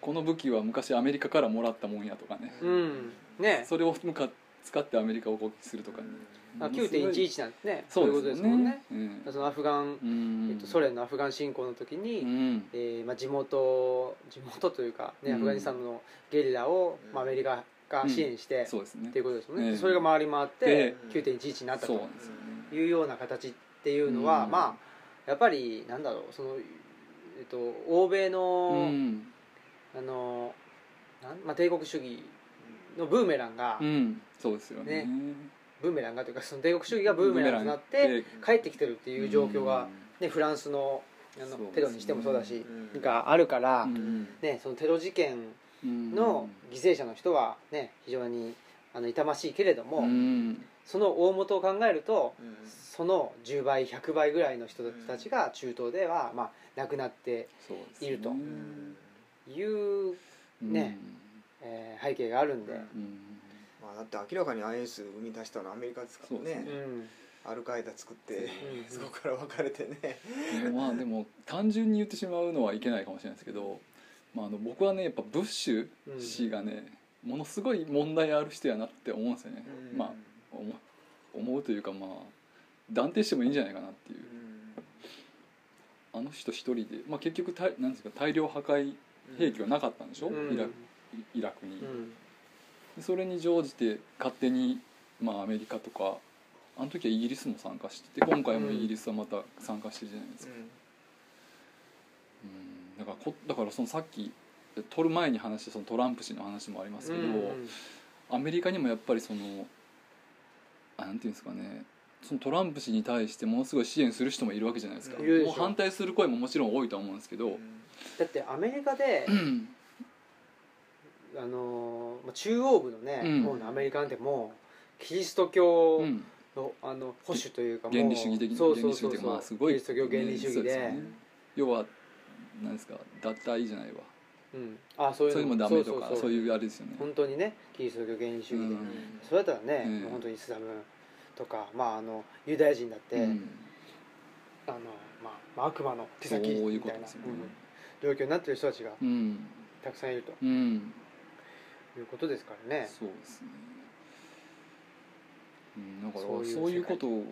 B: この武器は昔アメリカからもらったもんやとかね、
A: うんね
B: それを向か使ってアメリカを攻撃するとかね、
A: あ9.11なんてねそういう
B: そ
A: こ
B: う
A: と
B: で
A: ですす
B: も
A: も
B: ん
A: ん
B: ね
A: ね。
B: うん
A: そのアフガン
B: うん
A: えっとソ連のアフガン侵攻の時
B: う
A: に
B: ん
A: えーまあ地元地元というかね
B: うん
A: アフガニスタンのゲリラを
C: うん
A: まあアメリカが支援して
B: そうですね
A: っていうことですもん
B: え
A: ね
B: え
A: それが回り回っ
B: で
A: て9.11になった
B: そう
A: と
B: なんですよね
A: いうような形っていうのは
B: うん
A: まあやっぱりなんだろうそのえっと欧米
B: う
A: の
B: ん
A: あのなんまあ、帝国主義のブーメランが、
B: うんそうですよね
A: ねブーメランがというかその帝国主義がブーメランとなって帰ってきてるっていう状況が、ね、フランスのあの
B: そうですね
A: テロにしてもそうだし
C: うん
A: があるから、
B: うん
A: ね、そのテロ事件
B: うん
A: の犠牲者の人は、ね、非常にあの痛ましいけれども、
B: うん
A: その大元を考えると
C: うん
A: その10倍100倍ぐらいの人たちが中東では、まあ、亡くなって
B: そうですね
A: いると
B: うん
A: いう、ねえー背景があるんで。
B: うん
C: まあだって明らかに IS 生み出したのはアメリカですから
B: そうです
A: う
C: ね
A: ん
C: アルカイダ作って
A: うん
C: そこから分かれてね
B: ねまあでも単純に言ってしまうのはいけないかもしれないですけどまああの僕はねやっぱブッシュ氏がねものすごい問題ある人やなって思うんですよねまあ思う思うというかまあ断定してもいいんじゃないかなっていうあの人一人で、まあ、結局大なんですか大量破壊兵器はなかったんでしょ、
A: うん
B: イラクイラクに、
A: うん
B: でそれに乗じて勝手に、まあ、アメリカとかあの時はイギリスも参加してて今回もイギリスはまた参加してるじゃないですか、うんだからこだからそのさっき取る前に話したそのトランプ氏の話もありますけど、
A: うん
B: アメリカにもやっぱりそのあなんていうんですかねそのトランプ氏に対してものすごい支援する人もいるわけじゃないですか、
A: いるでしょ
B: もう反対する声ももちろん多いとは思うんですけど、
A: だってアメリカで、
B: うん
A: あのーまあ、中央部のね、
B: うん
A: 方のアメリカなんてもうキリスト教
B: うん
A: の,、あの保守というかもう
B: 原理主義的
A: そう
B: 原
A: そう
B: 理主
A: そ
B: 義
A: う
B: 的
A: そう
B: まあすご
A: キ
B: い
A: リスト教原理主義で,、
B: ねそうすよね要はなんですか脱退じゃないわ
A: うん、あそういう
B: そういうのもダメとかそう
A: う
B: いうあれですよね
A: 本当にねキリスト教原理主義で、
B: うん
A: それだったらね、
B: うん
A: 本当にイスラムとか、まあ、あのユダヤ人だって、
B: うん
A: あのまあまあ、悪魔の手
B: そう
A: 先みたいな
B: いうことですよね
A: うん状況になってる人たちが
B: うん
A: たくさんいると
B: うん
A: いうことですからね。
B: そうですね、うん、だから
A: そ
B: そうう
A: いう世界
B: いうこ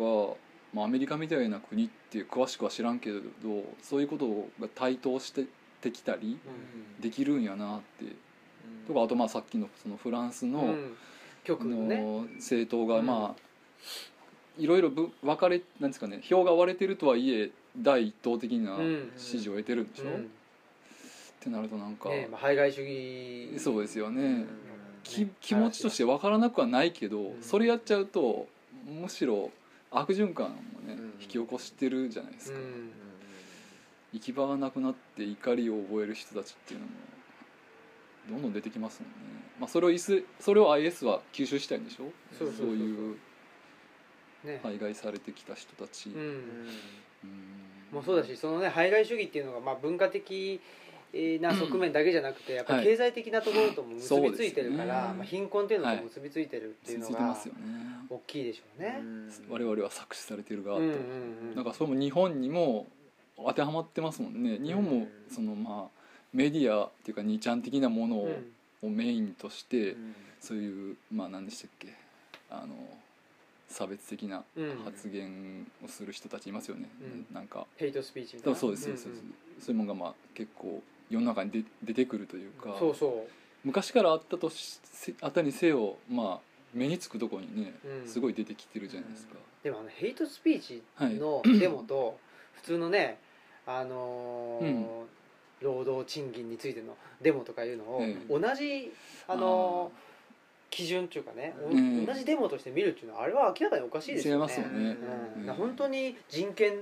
B: とが、まあ、アメリカみたいな国って詳しくは知らんけどそういうことが対等しててきたりできるんやなってとかあとまあさっきのそのフランスの,、
A: うん、
B: あ
A: 局のね
B: の政党
A: う
B: が
A: ん
B: まあ、いろいろぶ分かれなんですかね票が割れてるとはいえ第一党的な
A: うん
B: 支持を得てるんでしょ、
A: う
B: っ
A: ん
B: てなるとなんか、
A: ねまあ、排外主義
B: そうですよね、き
A: ね
B: 気持ちとして分からなくはないけど、
A: ん
B: それやっちゃうとむしろ悪循環をね、
C: うん
B: 引き起こしてるじゃないです
A: う
B: か、
A: ん、
B: 行き場がなくなって怒りを覚える人たちっていうのもどんどん出てきますもんね、まあ、それをイスそれを IS は吸収したいんでしょ
A: そうそうそうそう
B: いう
A: ね、
B: 排外されてきた人たち、
A: う
B: うん
A: ん、もうそうだしそのね排外主義っていうのがまあ文化的えーな側面だけじゃなくてやっぱり
B: はい
A: 経済的なところとも結びついてるから、ま
B: そうですね
A: あ、貧困っていうのと
B: は
A: も
B: い
A: 結びついてるって
B: つ
A: いう
B: い
A: の
B: て
A: が
B: ますよね、
A: 大きいでしょうね。
B: 我々は搾取されてる
A: う
B: 側
A: ん
B: と、
A: うんうん、
B: なんかそれも日本にも当てはまってますもんね日本もそのまあメディアっていうか2ちゃん的なもの
A: う
B: を
A: ん
B: をメインとしてそういうまあ何でしたっけあの差別的な
A: うん
B: 発言をする人たちいますよね
A: う
B: なんか
A: ヘイトスピーチみたい
B: そう
A: な
B: そうですそうですそうです
A: ん
B: そういうものがまあ結構世の中に出出てくるというか
A: うんそうそ
B: 昔からあったとしせあったにせよまあ目につくところにね
A: うん
B: すごい出てきてるじゃないですか。
A: うでもあのヘイトスピーチの デモと普通のねあのー
B: うん
A: 労働賃金についてのデモとかいうのを
B: ええ
A: 同じあのー基準っていうかね、お
B: うん
A: 同じデモとして見るっていうのはあれは明らかにおかしいですよね
B: 違いますよね
A: うん
B: うん
A: 本当に人権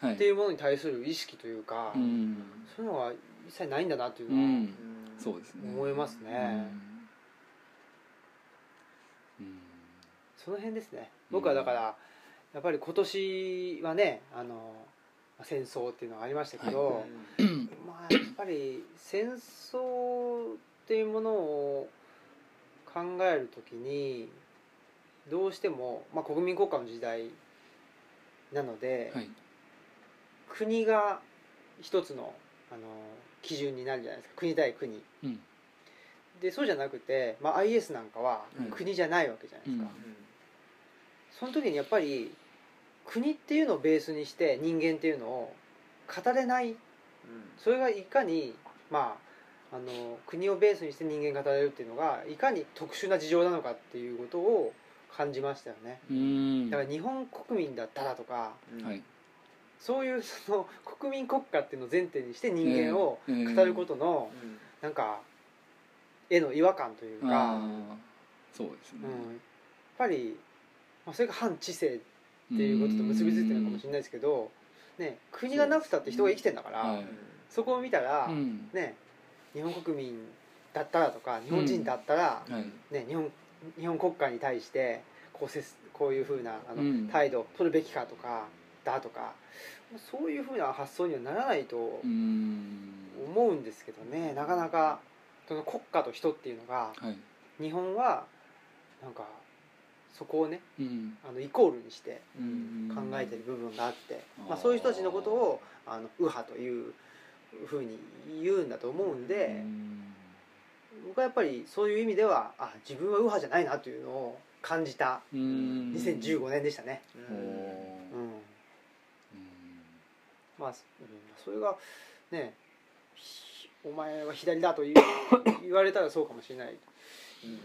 B: あーは
A: ってい
B: いう
A: ものに対する意識というか、
B: うん
A: そういうのが一切ないんだなっていう
B: う
A: のは
B: んそうですね
A: 思いますね、
B: うんうん
A: その辺ですね僕はだから、やっぱり今年はねあのまあ戦争っていうのがありましたけど、まあ、やっぱり戦争っていうものを考えるときにどうしても、まあ、国民国家の時代なので、
B: はい
A: 国が一つのあの基準になるじゃないですか国対国
B: うん
A: でそうじゃなくて、まあ、IS なんかは
B: はい
A: 国じゃないわけじゃないですか、
B: うん
A: その時にやっぱり国っていうのをベースにして人間っていうのを語れないそれがいかに、まあ、あの国をベースにして人間が語れるっていうのがいかに特殊な事情なのかっていうことを感じましたよね
B: うん
A: だから日本国民だったらとか
B: はい
A: そういうその国民国家っていうのを前提にして人間を語ることのなんか絵の違和感という
B: あ
A: か、
B: ーそうですね
A: うん、やっぱり、まあ、それが反知性っていうことと結びついてるのかもしれないですけど、ね、国がなくたって人が生きてんだからそ,、
B: はい
A: こを見たら、
B: うん
A: ね、日本国民だったらとか日本人だったら、
B: はい
A: ね、日本日本国家に対してこうせつこういうふうなあの、
B: うん
A: 態度を取るべきかとかだとかそういうふうな発想にはならないと
B: うん
A: 思うんですけどねなかなかその国家と人っていうのが
B: はい
A: 日本はなんかそこをね
B: うん
A: あのイコールにして
B: うん
A: 考えてる部分があって、
B: うん
A: まあ、そういう人たちのことをあの右派というふうに言うんだと思うんで。
B: うん
A: 僕はやっぱりそういう意味ではあ自分は右派じゃないなというのを感じた
B: うん
A: 2015年でしたね、
B: おー
A: うん
B: うん
A: まあ、うんそれがねひお前は左だと 言う言われたらそうかもしれない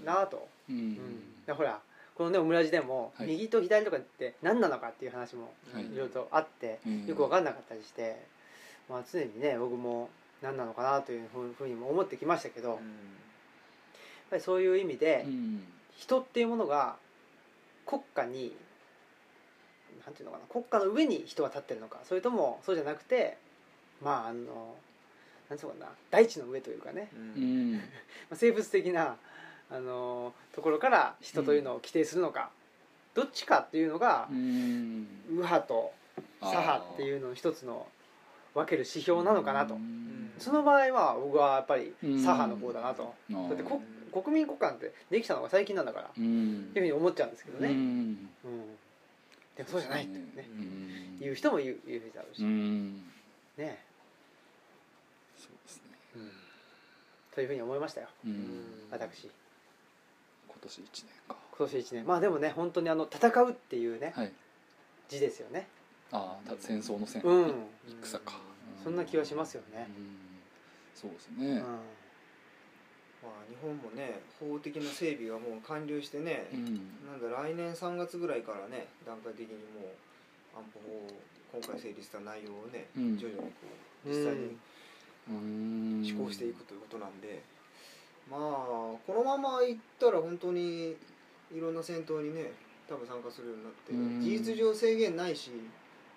A: なと、
B: う
A: うんだからほらこのねオムラジでも、
B: はい
A: 右と左とかって何なのかっていう話も
B: はい
A: いろいろとあって、よく分かんなかったりして、まあ、常にね僕も何なのかなというふうふうにも思ってきましたけど、やっぱりそういう意味で、
B: うん
A: 人っていうものが国家になんていうのかな国家の上に人が立ってるのかそれともそうじゃなくてまああのなんていうのかな大地の上というかね、
C: う
B: うんん
A: まあ、生物的なあのところから人というのを規定するのか、どっちかっていうのが
B: う、ん
A: 右派と左派っていうのを一つの分ける指標なのかなと、
B: うん
A: その場合は僕はやっぱり
B: うん
A: 左派の方だなと、
B: だ
A: だってこ国民国家なんてできたのが最近なんだから、
B: う
A: っ
B: ん
A: ていうふうに思っちゃうんですけどね、
B: う
A: うん
B: ん
A: でもそうじゃないっていうね、
B: うん
A: 言う人も言う言う人だろうし、
B: うん
A: ね
B: そうですね
A: というふうに思いましたよ、
B: うん
A: 私
B: 今年一年か
A: 今年一年まあでもね本当にあの戦うっていうね、
B: はい
A: 字ですよね
B: ああだ戦争の戦
A: うん、
B: 戦かう
A: そんな気はしますよ
B: う
A: ね、
B: んそうです
A: う
B: ね
A: ん
C: まあ日本もね法的な整備がもう完了してね、
B: うん
C: なんだ来年3月ぐらいからね段階的にもう安保法を今回成立した内容をね、
B: うん
C: 徐々にこう実際に
B: うん
C: 施行していくということなんで、まあこのままいったら本当にいろんな戦闘にね多分参加するようになって、
B: うん
C: 事実上制限ないし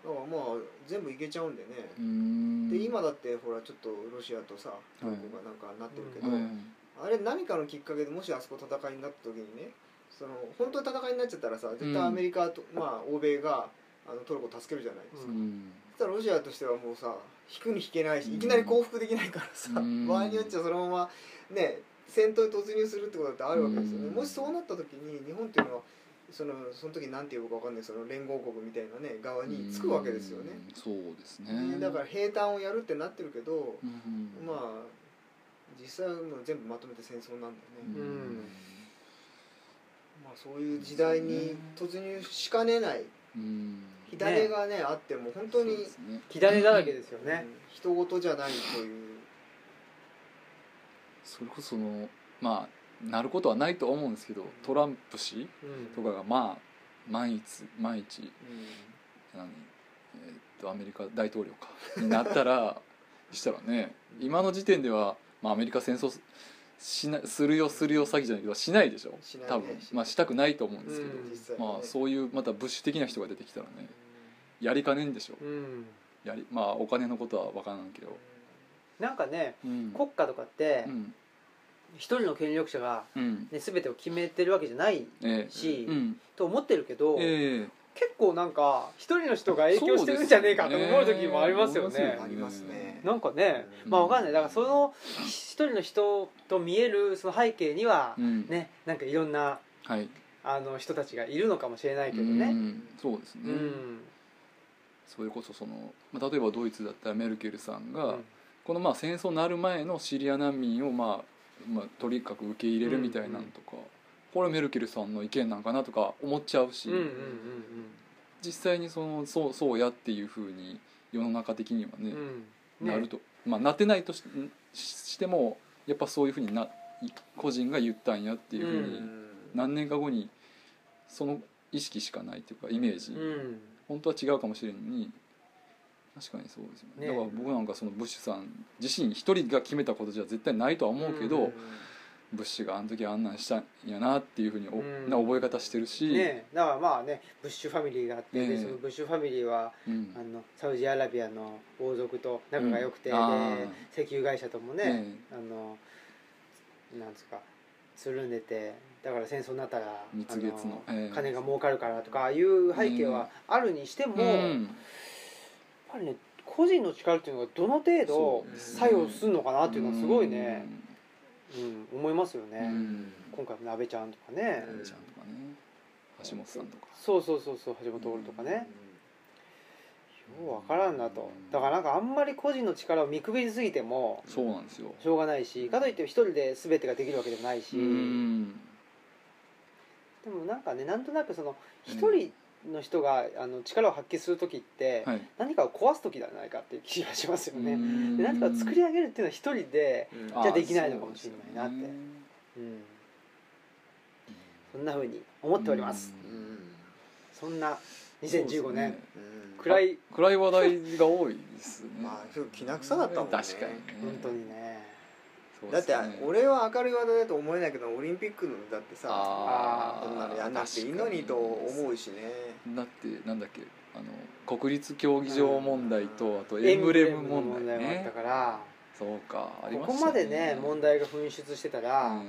C: だからまあ全部いけちゃうんでね、
B: うん
C: で今だってほらちょっとロシアとさトルコがなんかなってるけど、
B: うん
C: あれ何かのきっかけでもしあそこ戦いになった時にねその本当に戦いになっちゃったらさ絶対アメリカと、まあ、欧米があのトルコを助けるじゃないです
B: う
C: か、
B: ん
C: そしたらロシアとしてはもうさ引くに引けないし
B: うん
C: いきなり降伏できないから
B: う
C: さ、
B: ん
C: 場合によっちゃそのままね戦闘に突入するってことだってあるわけですよね、
B: うん
C: もしそうなった時に日本っていうのはそのその時なんて呼ぶかわかんないその連合国みたいなね側につくわけですよね、
B: うんそうですね
C: ねだから平坦をやるってなってるけど、
B: うん
C: まあ実際はもう全部まとめて戦争なんだよね、
B: うん
C: まあ、そういう時代に突入しかねない
B: うん
C: 火種がねあっても本当に、
B: そうですね
A: 火種だらけですよね、
C: 人事じゃないという、
B: それこそそのまあなることはないとは思うんですけどトランプ氏
A: うん
B: とかがまあ万一万一
C: う
B: 何えーっとアメリカ大統領かになった らしたらね今の時点では、まあ、アメリカ戦争しなするよするよ詐欺じゃないけどしないでしょ
C: しないね、
B: 多分、まあ、したくないと思うんですけど、
A: うんん
C: 実際
B: まあ、そういうまた物資的な人が出てきたらねやりかねんでしょ
A: うん
B: やりまあお金のことは分からんけど、
A: なんかね
B: うん、
A: 国家とかって
B: うん
A: 一人の権力者が、
B: うん
A: ね、全てを決めてるわけじゃない
B: え
A: し、
B: えうん
A: と思ってるけど、
B: ええ
A: 結構なんか一人の人が影響してるんじゃねえかと思う時もありますよ
B: そうです
A: ね
B: よ
C: ありますね
A: なんかね
B: うん
A: まあわかんないだからその一人の人と見えるその背景には
B: うん
A: ねなんかいろんな
B: はい
A: あの人たちがいるのかもしれないけど
B: う
A: ね
B: んそうです
A: う
B: ね、
A: ん
B: それこそその、まあ、例えばドイツだったらメルケルさん
A: う
B: が、
A: ん
B: このまあ戦争になる前のシリア難民を、まあ、まあとにかく受け入れるみたいなのとか、これメルケルさんの意見なんかなとか思っちゃうし、
A: うんうんうん
B: 実際にそのそうそうやっていうふうに世の中的にはね
A: う、んうん
B: なる
A: ね
B: と、まあ、なってないとしししてもやっぱそういうふうにない個人が言ったんやっていうふうに、
A: うん
B: 何年か後にその意識しかないというかイメージ、
A: うん
B: 本当は違うかもしれんのに確かにそうですよ
A: ね
B: ねだから僕なんかそのブッシュさん自身一人が決めたことじゃ絶対ないとは思うけど、
A: うん
B: ブッシュがあの時あんなんしたんやなっていうふうにお、
A: うん
B: な覚え方してるし、
A: ねだからまあねブッシュファミリーがあって
B: ね
A: でそのブッシュファミリーは
B: うん
A: あのサウジアラビアの王族と仲が良くて、
B: うんあ
A: で石油会社ともね、
B: ね
A: あのなんつうかつるんでてだから戦争になったら
B: 蜜月の
A: あの
B: ええ
A: 金が儲かるからとかいう背景はあるにしても、
B: う
A: やっ
B: ん
A: ぱりね個人の力っていうのがどの程度
B: そうですね
A: 作用するのかなっていうのはすごいね、うん思いますよ
B: う
A: ね、
B: ん
A: 今回の安倍ちゃんとかね、
B: うんちゃんとかね橋本さんとか
A: そうそうそうそう橋本徹とかね、よう分からんなとだからなんかあんまり個人の力を見くびりすぎても
B: そうなんですよ
A: しょうがないしかといって一人で全てができるわけでもないし、
B: うん
A: でもなんかねなんとなくその
B: うん
A: 一人の人があの力を発揮する時って、
B: はい
A: 何かを壊す時ではないかっていう気がしますよ
B: う
A: ね、
B: ん
A: で何かを作り上げるっていうのは一人で、
C: うん
A: あじゃできないのかもしれないなって
B: そうですよね
A: うんそんな風に思っております、
B: う
C: う
B: んん
A: そんな2015年、
C: うん
A: 暗い
B: 暗い話題が多いですね
C: まあちょっときな臭かったもんね
B: 確かにね
A: 本当にね、
B: そう
C: だ
B: で
C: っ
B: す
C: て
B: ね
C: 俺は明るい話題だと思えないけどオリンピックのだってさ
B: あ
C: そ
B: ー
C: んなのやんなくていいのにと思うしね
B: だってなんだっけあの国立競技場問題
C: うん
B: とあとエンブレム問題
A: もあった
B: ね
A: から、
B: そうかありま
A: こ
B: した
A: こまでね問題が噴出してたら、
B: うん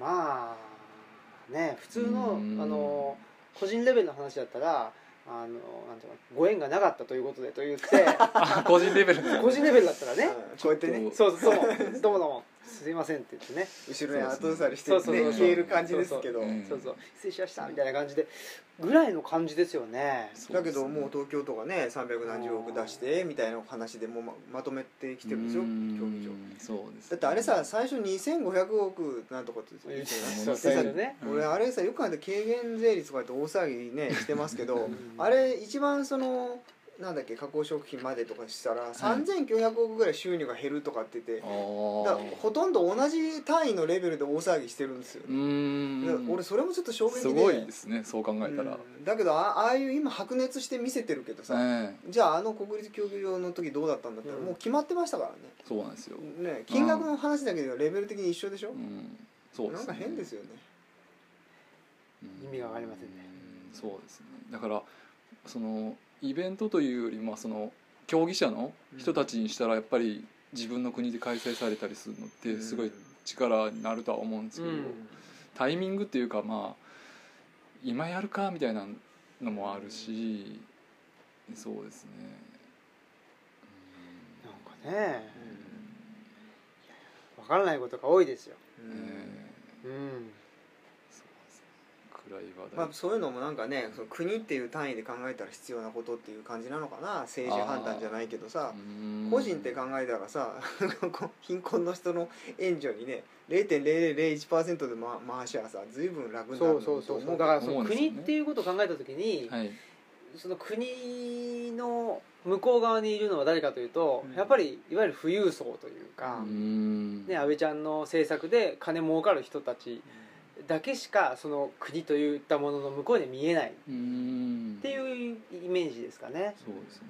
A: まあね普通の
B: うん
A: あの個人レベルの話だったらあのなんていうのご縁がなかったということでと言 って
B: あ個人レベル の
A: 個人レベルだったらね
C: うんこうやってね
A: そうそうどうもどうもどうもすいませんって言ってね
C: 後ろに後ずさりして
A: そ
C: ね
A: うそうそう
C: 消える感じですけど
B: うん
A: そうそう失礼しましたみたいな感じでぐらいの感じですよね
C: だけどもう東京とかね300何十億出してみたいな話でもうままとめてきてるでしょ競技場
B: 場そうです
C: だってあれさ最初2500億なんとかって言
A: 言
C: っ
A: ってて
C: たよね
A: ましたよね
B: うん
C: 俺あれさよくある軽減税率とかって大騒ぎねしてますけど
A: ん
C: あれ一番そのなんだっけ加工食品までとかしたら3900億ぐらい収入が減るとかって言っ
B: あ
C: てだから
B: ー
C: ほとんど同じ単位のレベルで大騒ぎしてるんですよ
B: う
C: だから
B: ん
C: 俺それもちょっと衝撃です
B: ごいですねそう考えたら
C: うんだけどあああいう今白熱して見せてるけどさ、
B: ええ
C: じゃああの国立競技場の時どうだったんだったら
A: うん
C: もう決まってましたからね
B: そうなんですよ
C: ね金額の話だけではレベル的に一緒でしょ、
B: うんそうで
C: な
B: す
C: んか変ですよね
B: うん
A: 意味がわかりませんね
B: うんそうですねだからそのイベントというよりまあその競技者の人たちにしたらやっぱり自分の国で開催されたりするのってすごい力になるとは思うんですけど、タイミングっていうかまあ今やるかみたいなのもあるし、そうですね
A: なんかねわからないことが多いですよ
C: う
B: うん
C: ん
B: え
A: うん
B: ーそうですね暗い話題、
C: まあ、そういうのもなんかねその国っていう単位で考えたら必要なことっていう感じなのかな政治判断じゃないけどさ
B: うん
C: 個人って考えたらさ こう貧困の人の援助にね0.0001%でま回しゃさ随分楽になる
A: そ
C: の
A: うそう
C: と
A: そう
C: 思
A: そう
C: うか
A: だ
C: ら
A: からその
B: 思うんですよ
A: 国
B: ね
A: っていうことを考えた時に、
B: はい
A: その国の向こう側にいるのは誰かというと、
C: うん
A: やっぱりいわゆる富裕層というか、
B: うん
A: ね、安倍ちゃんの政策で金儲かる人たちだけしかその国といったものの向こうに見えないっ
B: うん
A: ていうイメージですかね。
B: そうですね、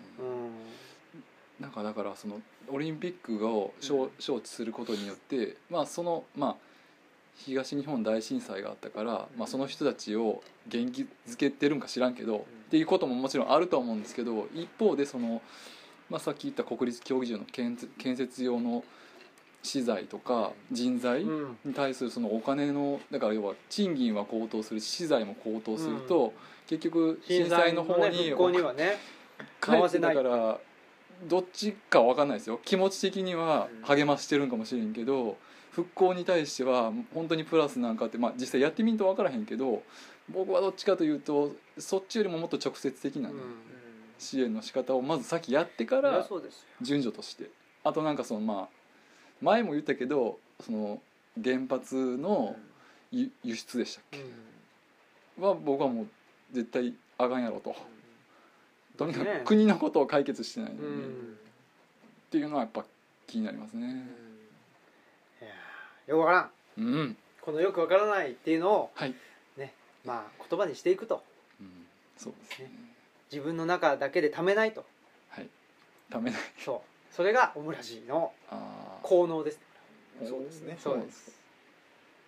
A: う
B: なんかだからそのオリンピックを招
C: うん
B: 招致することによって、まあそのまあ東日本大震災があったから、
C: うん
B: まあ、その人たちを元気づけてるんか知らんけど、っ
C: ん
B: ていうことももちろんあるとは思うんですけど一方でその、まあ、さっき言った国立競技場の建設建設用の資材とか人材
A: んうん
B: に対するそのお金のだから要は賃金は高騰するし資材も高騰すると、結局震災の方
A: ね
B: に
A: 復興には ね
B: 返せだからどっちかわかんないですよ気持ち的には励ましてるんかもしれんけど復興に対しては本当にプラスなんかって、まあ、実際やってみんとわからへんけど僕はどっちかというとそっちよりももっと直接的
A: う
B: なね、
C: うん
A: ん
B: 支援の仕方をまず先やってか
A: そりゃ
B: ら
A: そうですよ
B: 順序としてあとなんかそのまあ前も言ったけどその原発の輸輸出でしたっ
A: うん
B: け、は僕はもう絶対あかんやろととにか
A: ね
B: く国のことを解決してないのに。
A: うん
B: っていうのはやっぱ気になりますね
A: いやーよくわからん
B: うん、
A: このよくわからないっていうのを
B: はい、
A: まあ言葉にしていくと
B: うん、そうですね
A: 自分の中だけでためないと
B: はいためない
A: そうそれがオムラジの
B: あー
A: 効能です
C: そうですね
A: そうです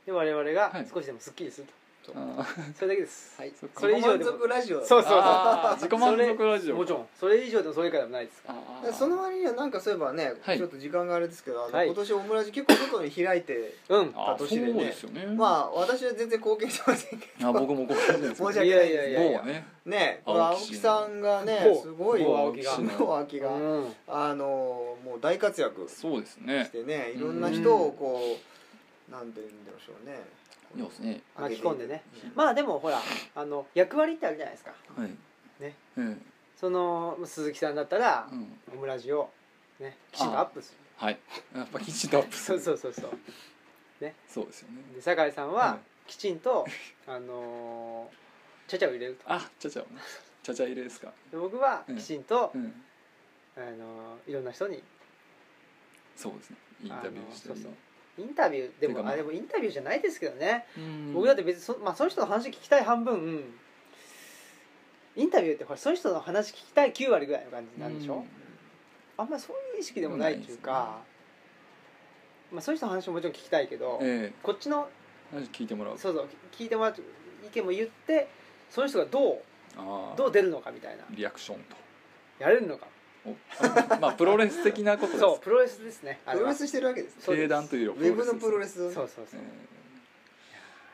A: で我々が
B: はい
A: 少しでもスッキリすると、
B: あー
A: それだけです、
C: はい
B: そっか
A: それ以上で
C: 自己
A: も
C: 満足ラジオ
A: そうそう
B: あー自己満足ラジオ
A: もちろんそれ以上でもそれ以下でもないですから
B: あー
C: その割にはなんかそういえばね、
B: はい
C: ちょっと時間があれですけどあの、
A: はい
C: 今年オムラジ結構外に開いて
A: うん
B: あー
C: 年でね
B: そうですよね
C: まあ私は全然貢献してませんけ
B: あ僕もこうです
C: 申し訳ない
A: いやいやい
B: け
A: や
B: ど
A: い
B: 某
A: や
B: はね
C: どねこれ青
B: 青木
C: 木
B: さ
C: さ
B: ん
C: んがね
A: 某
C: すごい
A: 某青木が
C: 某青木が
A: うん
C: あのもう大活躍し
B: そうですね
C: てねいろんな人をこうなんて言うんでしょうね
B: いやですね
A: 巻き込んでね
C: うん
A: まあでもほらあの役割ってあるじゃないですか
B: はい
A: ね
B: ええ
A: その鈴木さんだったら、
B: うん
A: オムラジを、ね、きちんとアップする
B: はいやっぱきちんとアップす
A: そう
B: る
A: そうそうそう
B: そうですよね
A: で酒井さん
B: う
A: は
B: ん
A: きちんと、あのー、ちゃちゃを入れると
B: あちゃちゃをねちゃちゃ入れですか
A: で僕は
B: うん
A: きちんと、
B: うん
A: あのーいろんな人に
B: そうですねインタビューした
A: あの
B: り
A: そうインタビューで
B: てか
A: も、
B: まあ
A: あ、でもインタビューじゃないですけどね、
B: うん
A: 僕だって別にそ,、まあ、その人の話聞きたい半分インタビューってほらその人の話聞きたい9割ぐらいの感じなんでしょ、
B: うん
A: あんまりそういう意識でもないっていうか、まあ、そういう人の話ももちろん聞きたいけど、
B: ええ
A: こっちの
B: 話聞いてもらう
A: そうそう聞いてもらって意見も言ってその人がど
B: あ
A: う
B: あ
A: どう出るのかみたいな
B: リアクションと
A: やれるのか
B: お あまあプロレス的なことです
A: そうプロレスですねあ
C: プ
A: れ
C: ロ
A: は
C: レスしてるわけですね
A: そうです
B: 定談というよ
C: ウ
B: りは
C: ェブのプロレスを
A: そう
C: ね
A: そうそう、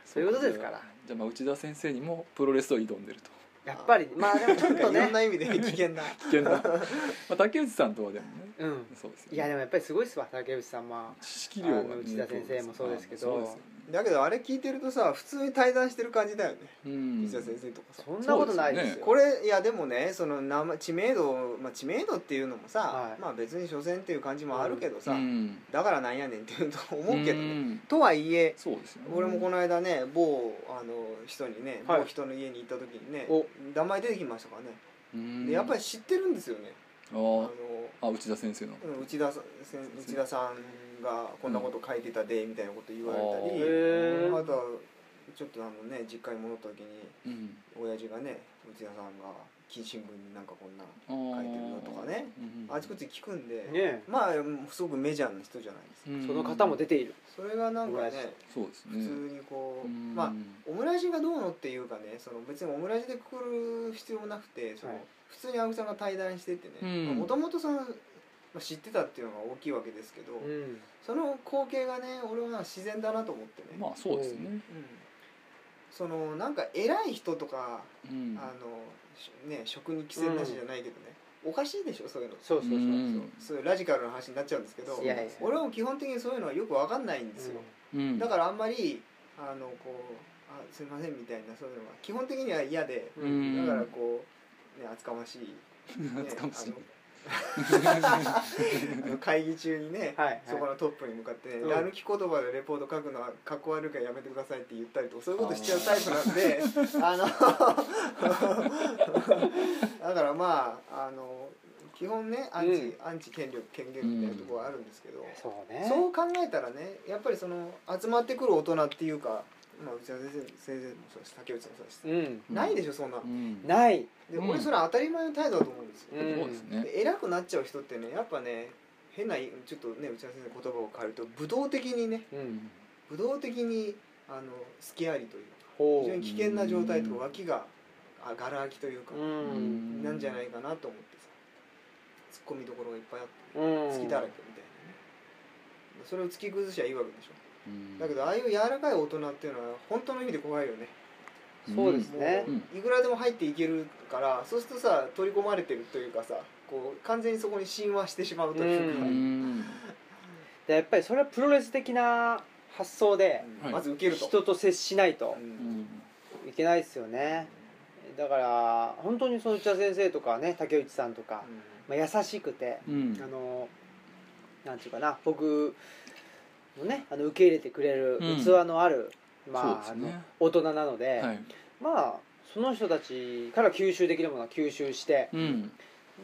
B: そ
A: そういうことですから
B: じゃあまあ内田先生にもプロレスを挑んでると
A: やっぱりまあ でもちょっと
C: いろ
A: ね
C: んな意味で危険な
B: 危 険な、まあ、竹内さんとはでもね
A: うん
B: そうですよ、ね、
A: いやでもやっぱりすごいっすわ竹内さんは
B: 知識量はね
A: あの内田先生もそうですけど
B: あまあそうです
C: だけどあれ聞いてるとさ普通に対談してる感じだよね
B: ようん
C: 藤田先生とかさ
A: そんなことないですよ
B: そうですよね
C: これいやでもねその名前知名度、まあ、知名度っていうのもさ、
A: はい
C: まあ別に所詮っていう感じもあるけどさ、
B: うん
C: だからなんやねんっていうと思うけどね、
B: ん
C: とはいえ
B: そうですよね
C: 俺もこの間ね某あの人にね、
A: はい
C: 某人の家に行った時にね
A: お
C: 名前出てきましたからね、
B: うん
C: でやっぱり知ってるんですよね、
B: あ
C: あの
B: ーあ内田先生の
C: うん内田さんせん内田さんがこんなこと書いてたでみたいなこと言われたり、
A: うんあーへー
C: あとはちょっとあのね実家に戻った時に
B: うん
C: 親父がね内田さんが「金新聞になんかこんな
B: あー
C: 書いてるの」とかね
B: うん
C: あちこち聞くんで、
A: ね
C: まあすごくメジャーな人じゃないですか
B: うん
A: その方も出ている
C: それがなんか
A: 親父
C: ね
B: そうです
C: 普通
B: ね
C: にこう、
B: うん
C: まあオムライスがどうのっていうかねその別にオムライスでくくる必要もなくてその、
A: はい
C: 普通に青木さんが対談してて
B: うん
C: ねもともとその、まあ、知ってたっていうのが大きいわけですけど、
A: うん
C: その光景がね俺は自然だなと思ってね、
B: まあそうですね
C: うん、そのなんか偉い人とか、
B: うん
C: あのしね職に寄せなしじゃないけどね、おかしいでしょそういうの
A: そうそうそうう、
B: ん
C: そういうラジカルな話になっちゃうんですけど
A: いやいや
C: 俺も基本的にそういうのはよくわかんないんですよ、
B: うん
C: だからあんまりあのこうあすいませんみたいなそういうのが基本的には嫌で、
A: うん
C: だからこう、ね、厚かましい、ね
B: 厚かましい
C: あのあの会議中にね、
A: はいはい
C: そこのトップに向かってね
A: うん
C: 歩き言葉でレポート書くのはかっこ悪いからやめてくださいって言ったりとかそういうことしちゃうタイプなん であのだからまああの基本ねアンチ、
A: うん
C: アンチ権力権限みたいなところはあるんですけど、
A: そうね
C: そう考えたらねやっぱりその集まってくる大人っていうか、まあ、内田先生先生もそうだし竹内さんもそうだし、
A: うん
C: ないでしょそんなの、
B: うん
A: ない
C: で
B: うん
C: 俺それ当たり前の態度だと思うんですよ、
A: うん
B: そうですね
C: で偉くなっちゃう人ってねやっぱね変なちょっとね内田先生の言葉を変えると武道的にね
A: う
B: うんん
C: 武道的にあの隙ありというか
A: ほ
C: 非常に危険な状態と
B: うん
C: か脇があがら空きというか
A: う、うん
C: なんじゃないかなと思ってさツッコミどころがいっぱいあって
A: うん
C: 突きだらけみたいなねそれを突き崩しゃいいわけでしょ
B: うん
C: だけどああいう柔らかい大人っていうのは本当の意味で怖いよね
A: そうです
C: もう
A: ね
C: いくらでも入っていけるからそうするとさ取り込まれてるというかさこう完全にそこに親和してしまうという
B: う
C: か、
A: ん
B: ん
A: でやっぱりそれはプロレス的な発想で
C: うん
B: はい
C: まず受けると、
A: 人と接しないと
C: うん
B: うん
A: いけないですよねだから本当にその内田先生とかね竹内さんとか、まあ、優しくて
B: うん
A: あのなんていうかな僕のねあの受け入れてくれる
B: うん
A: 器のある、まあ
B: そうですね
A: あの大人なので、
B: はい
A: まあその人たちから吸収できるものは吸収して
B: うん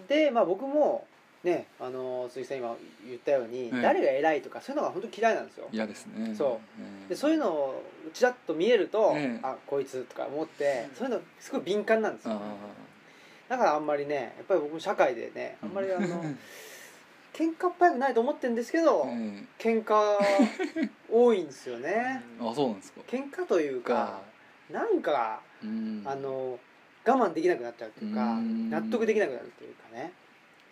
A: で、まあ、僕もねあの鈴木さん今言ったように、
B: ええ
A: 誰が偉いとかそういうのが本当嫌いなんですよ。
B: 嫌ですね
A: そ
B: うん
A: でそういうのをちらっと見えると、
B: ええ
A: あこいつとか思ってそういうのすごい敏感なんです
B: あ
A: よ
B: あ
A: だからあんまりねやっぱり僕も社会でねあんまりあの
B: うん
A: 喧嘩っ早くないと思ってるんですけど、
B: え
A: 喧嘩多いんですよね
B: えあそうなんですか
A: 喧嘩というかなんか
B: うん
A: あの我慢できなくなっちゃうというか
B: うん
A: 納得できなくなるというかね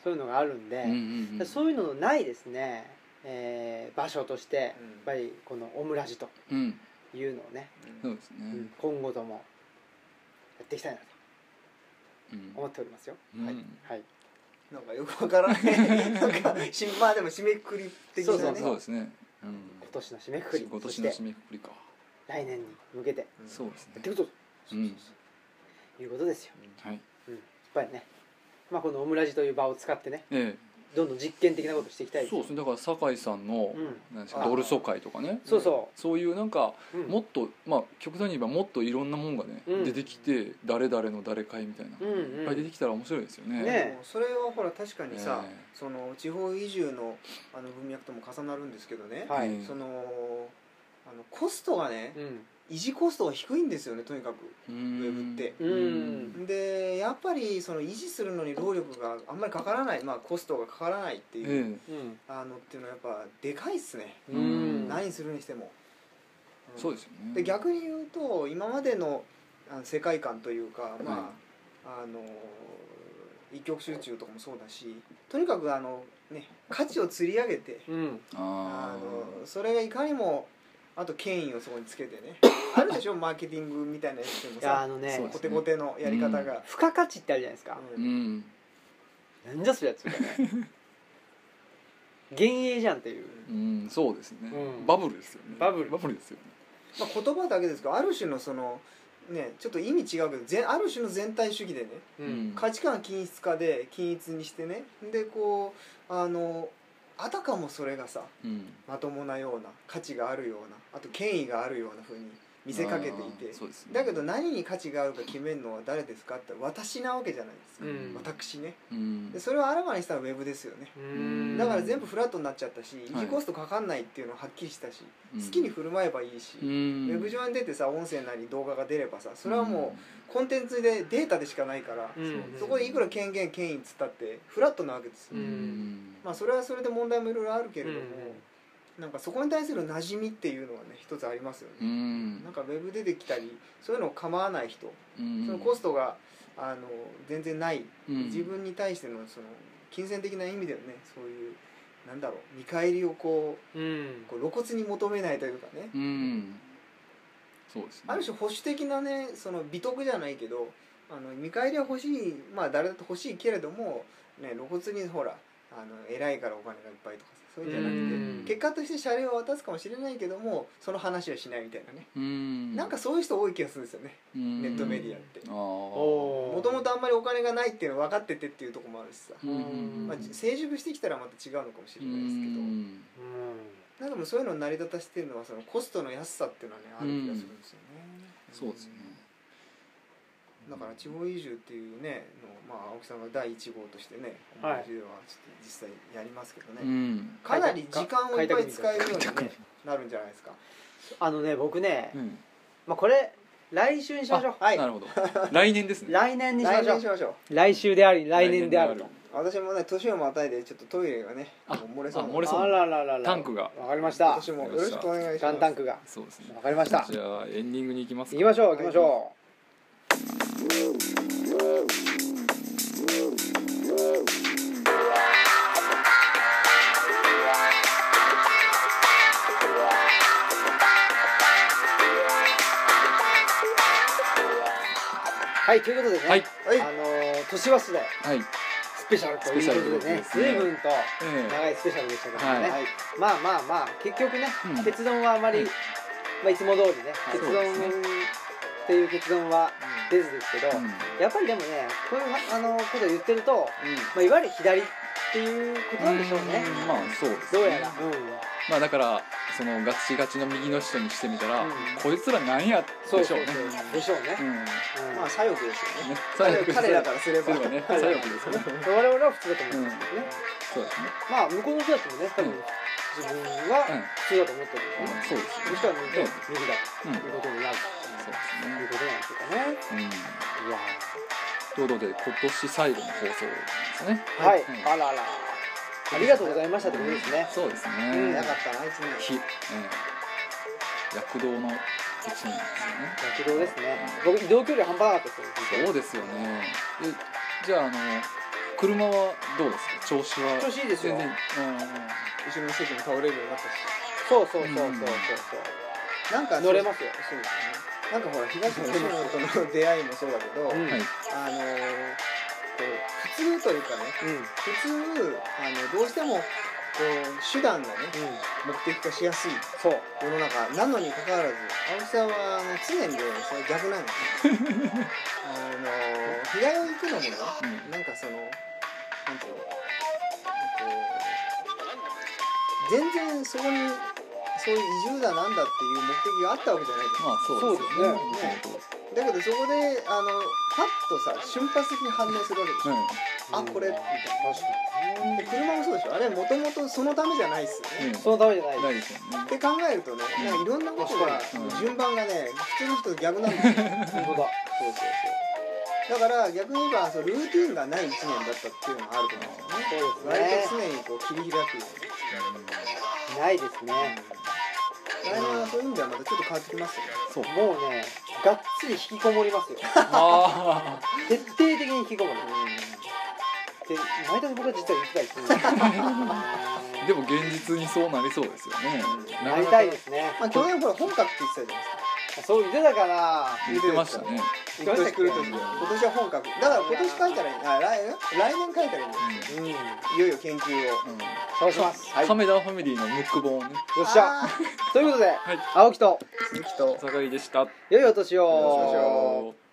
A: そういうのがあるん
B: うん
A: で
B: うんうん
A: そういうののないですねえー場所としてや
C: うん
A: っぱりこのオムラジと
B: うん
A: いうのをね
B: そうですね
A: うん今後ともやっていきたいなと
B: うん
A: 思っておりますよ
B: うん
A: はい
C: なんかよくわからないなんかしまあでも締めくくり的
A: そうそ
B: そうう
C: なね
B: そうですねうん
A: 今年の締めくくり
B: 今
A: そ
B: 年
A: し
B: の
A: て
B: 締めくくりか
A: 来年に向けてや
C: うん
B: そうです
A: って
B: ね
A: いくぞ
B: うん
A: ということですよ
B: はい
A: やっぱりねまあこのオムラジという場を使ってね
B: え
A: どんどん実験的なことしていきたい
B: え
A: です
B: そう
A: よ
B: ですねだから酒井さんの
A: うん
B: なんですかドル疎開とかね
A: そうそ
B: そういうなんか
A: う、うん
B: もっとまあ極端に言えばもっといろんなもんがね
A: うん
B: 出てきて誰々の誰かいみたいな
A: うんうん
B: いっぱい出てきたら面白いですよね
A: ね
C: でもそれはほら確かにさ、
B: ええ
C: その地方移住のあの文脈とも重なるんですけどね、
A: はい
B: うん
C: そのあのコストがね
A: うん
C: 維持コストが低いんですよねとにかく
B: ウ
C: ェブって
A: うん
C: でやっぱりその維持するのに労力があんまりかからない、まあ、コストがかからないっていう、
B: ええ
A: うん
C: あのっていうのはやっぱでかいっすね、
A: う
B: うん
A: ん
C: 何するにしても、うん
B: そうですよね
C: で逆に言うと今までのあの世界観というかまあ、あの一極集中とかもそうだしとにかくあの、ね、価値を釣り上げて
A: うん
B: あ
C: あの
B: ー
C: それがいかにもあと権威をそこにつけてねあるでしょマーケティングみたいなやつでも
A: いやあ
C: さ
A: の
B: そ
A: ね
B: うです
C: コテコテのやり方が、
A: 付加価値ってあるじゃないですか、
B: う
C: うん
B: ん
A: なんじゃそりゃっつうかね幻影じゃんっていう
B: うんそうですね
A: うん
B: バブルですよね
A: バブル
B: バブルですよね
C: まあ、言葉だけですけどある種のそのねちょっと意味違うけど全ある種の全体主義でね
A: うん
C: 価値観均一化で均一にしてねでこうあのあたかもそれがさ
B: うん
C: まともなような価値があるようなあと権威があるようなふうに見せかけていて
B: あーそうですね
C: だけど何に価値があるか決めるのは誰ですかって私なわけじゃないですか、
A: うん
C: 私ね
B: うん
C: でそれをあらわにしたらウェブですよね
A: うん
C: だから全部フラットになっちゃったし維
B: はい
C: 持コストかかんないっていうのははっきりしたし、
B: うん
C: 好きに振る舞えばいいし、
B: う
C: ウ
B: ん
C: ェブ上に出てさ音声なり動画が出ればさそれはもうコンテンツでデータでしかないから、
A: うん
C: そこでいくら権限権威っつったってフラットなわけですよ、
A: うん
C: まあそれはそれで問題もいろいろあるけれども、
A: う
C: なんかそこに対する馴染みっていうのはね一つありますよ
B: う
C: ね、
B: ん
C: なんかウェブ出てきたりそういうのを構わない人、
B: うん
C: そのコストがあの全然ない
B: うん
C: 自分に対してのその金銭的な意味ではねそういうなんだろう見返りをこ
A: んうん
C: うこう露骨に求めないというかね
B: うんそうですね
C: ある種保守的なねその美徳じゃないけどあの見返りは欲しいまあ誰だって欲しいけれども、ね、露骨にほらあの偉いからお金がいっぱいとかさそういうんじゃな
A: う
C: くて。
A: ん
C: 結果として謝礼を渡すかもしれないけどもその話はしないみたいなね、
B: うん
C: なんかそういう人多い気がするんですよね、ネ
B: ネ
C: ットメディアって
B: ああ
A: お
C: もともとあんまりお金がないっていうの分かっててっていうところもあるしさ、
B: うん
C: まあ、成熟してきたらまた違うのかもしれないですけど、
B: うん
A: う
C: なんかもうそういうのを成り立たせてるのはそのコストの安さっていうのはねある気がするんですよね、
B: そうですね
C: だから地方移住っていうねの、まあ、青木さんが第1号としてね
A: はい
C: 移住はちょっと実際やりますけどね、
B: うん
C: かなり時間をいっぱい使えるように、ね、なるんじゃないですか
A: あのね僕ね
B: うん
A: まあこれ来週にしましょう
B: あ
A: はい
B: なるほど来年ですね
A: 来年にしま
C: 来
A: しょ
C: 年
A: う
C: にしましょう
A: 来週であり来年であると
C: 私もね年をまたいでちょっとトイレがね
B: あ
C: もう漏れそうな
B: あ漏れそう
A: あらららら
B: タンクが
A: わかりました
C: 私もよろしくお願いしま
A: ガ
C: す
A: ンタンクが
B: そうですね
A: わかりました
B: じゃあエンディングに行きます
A: 行
B: か
A: きましょう行きましょうはいということでね、
B: はい
C: はい
A: あのー年忘れ
B: はい
A: スペシャルということでね
B: スペシャ
A: 随
B: ルでございます
A: 分と
B: え
A: 長いスペシャルでしたけどね、
B: はい
C: はい
A: まあまあまあ結局ね、
B: うん
A: 結論はあまり、
B: は
A: い
B: い
A: まあ、いつも通りね
B: はい
A: 結論
B: そうです
A: っていう結論は出ずですけど、
B: えうん
A: やっぱりでもねこういうはあのことを言ってると、まあ、いわゆる左っていうことなんでしょうね
B: うんまあそうです
A: ど
B: ね
A: うやら、
B: まあだからそのガチガチの右の人にしてみたら
A: うん
B: こいつらなんや
A: そう
B: でし
A: そ
B: ょう
A: う
B: ね
A: そうでしょうね、
B: うんね
A: うん
C: まあ左翼ですよね
B: 左翼
C: 彼らからすれば
B: そうだね左翼ですよね
A: 我々は普通だと思うんですけどね、
B: そうですね
A: まあ向こうの人たちもね多分、
B: うん
A: 自分は普通だと思ってるんでしょうね、
B: そうです
A: そしたら
B: ね
A: 右
B: ええ
A: だ右だ
B: う
A: と
B: ん
A: いうことになる
B: そう
A: という
B: で
A: ことなんでしょうかね
B: すねう
A: い
B: ん
A: や
B: ということで今年最後の放送ですね
A: ーはい、
B: うん
A: あららありがとうございましたってことですね
B: そうですね、
A: うん
C: なかったなあいつね
B: 日、ええ躍動の一年ですよね
A: 躍動ですね僕移動距離半端なかったですよ
B: そうですよねえじゃああの車はどうですか調子は
A: 調子いいですよ
B: 全然
C: 後ろの席も倒れるようになったし
A: そうそうそうそうそう
B: うん
A: そ
C: なんか
A: う乗れますよ
C: そうですねなんかほら東野との出会いもそうだけど、
A: うん
B: うんはい
C: あのーこう普通というかね
A: うんうん
C: 普通あのどうしてもこう手段がね目的化しやすい
A: そう
C: 世の中なのにかかわらず青木さんはあの常にねそれ逆なんですよあの日帰り行くのもね、
B: うん
C: なんかそのなんていうのこう全然そこにそういう移住だなんだっていう目的があったわけじゃないです
B: まあそうですよね
A: そう
C: ですねだけどそこであのパッとさ瞬発的に反応するわけでしょ、
B: うん
C: あこれ
A: 確かにね
C: で車もそうでしょあれもともとそのためじゃないっすよね、
A: そのためじゃない
B: ないですよね
C: って考えるとね、なんかいろんなことが
B: うん
C: 順番がね、普通の人と逆なんですよ。そうそう
A: 本当だ
C: そう。だから逆に言えばそのルーティンがない一年だったっていうのがあると
A: そう
C: 思うんですよね。割
A: で
C: と
A: すね
C: 常にこう切り開くよ
A: ないですね
C: うな。来年はそういう意味ではまたちょっと変わってきますよね。
B: そう
A: もうねがっつり引きこもりますよ
B: あ
A: 徹底的に引きこもるで毎年僕は実は言ってたりするんですよ
B: ーでも現実にそうなりそうですよね
A: うん な
B: なか
A: り
B: な
A: た
B: か
A: いですね
C: まあ去年ほら本格って言ってたじゃないですか。
A: そう言ってたから
B: 言ってましたね
C: 一年来るとき今年は本格。だから今年書いたらいい。あ来年来年書いたらいいんだよ。
A: うん
C: いよいよ研究を。
B: うん
A: そうします
B: カメダファミリーのムック本をね
A: よっしゃ
C: あー。
A: ということで
B: はい
A: 青木と
C: 鈴木と。
B: お下がりでした
A: 良いお年を
C: 良いお年を
B: よ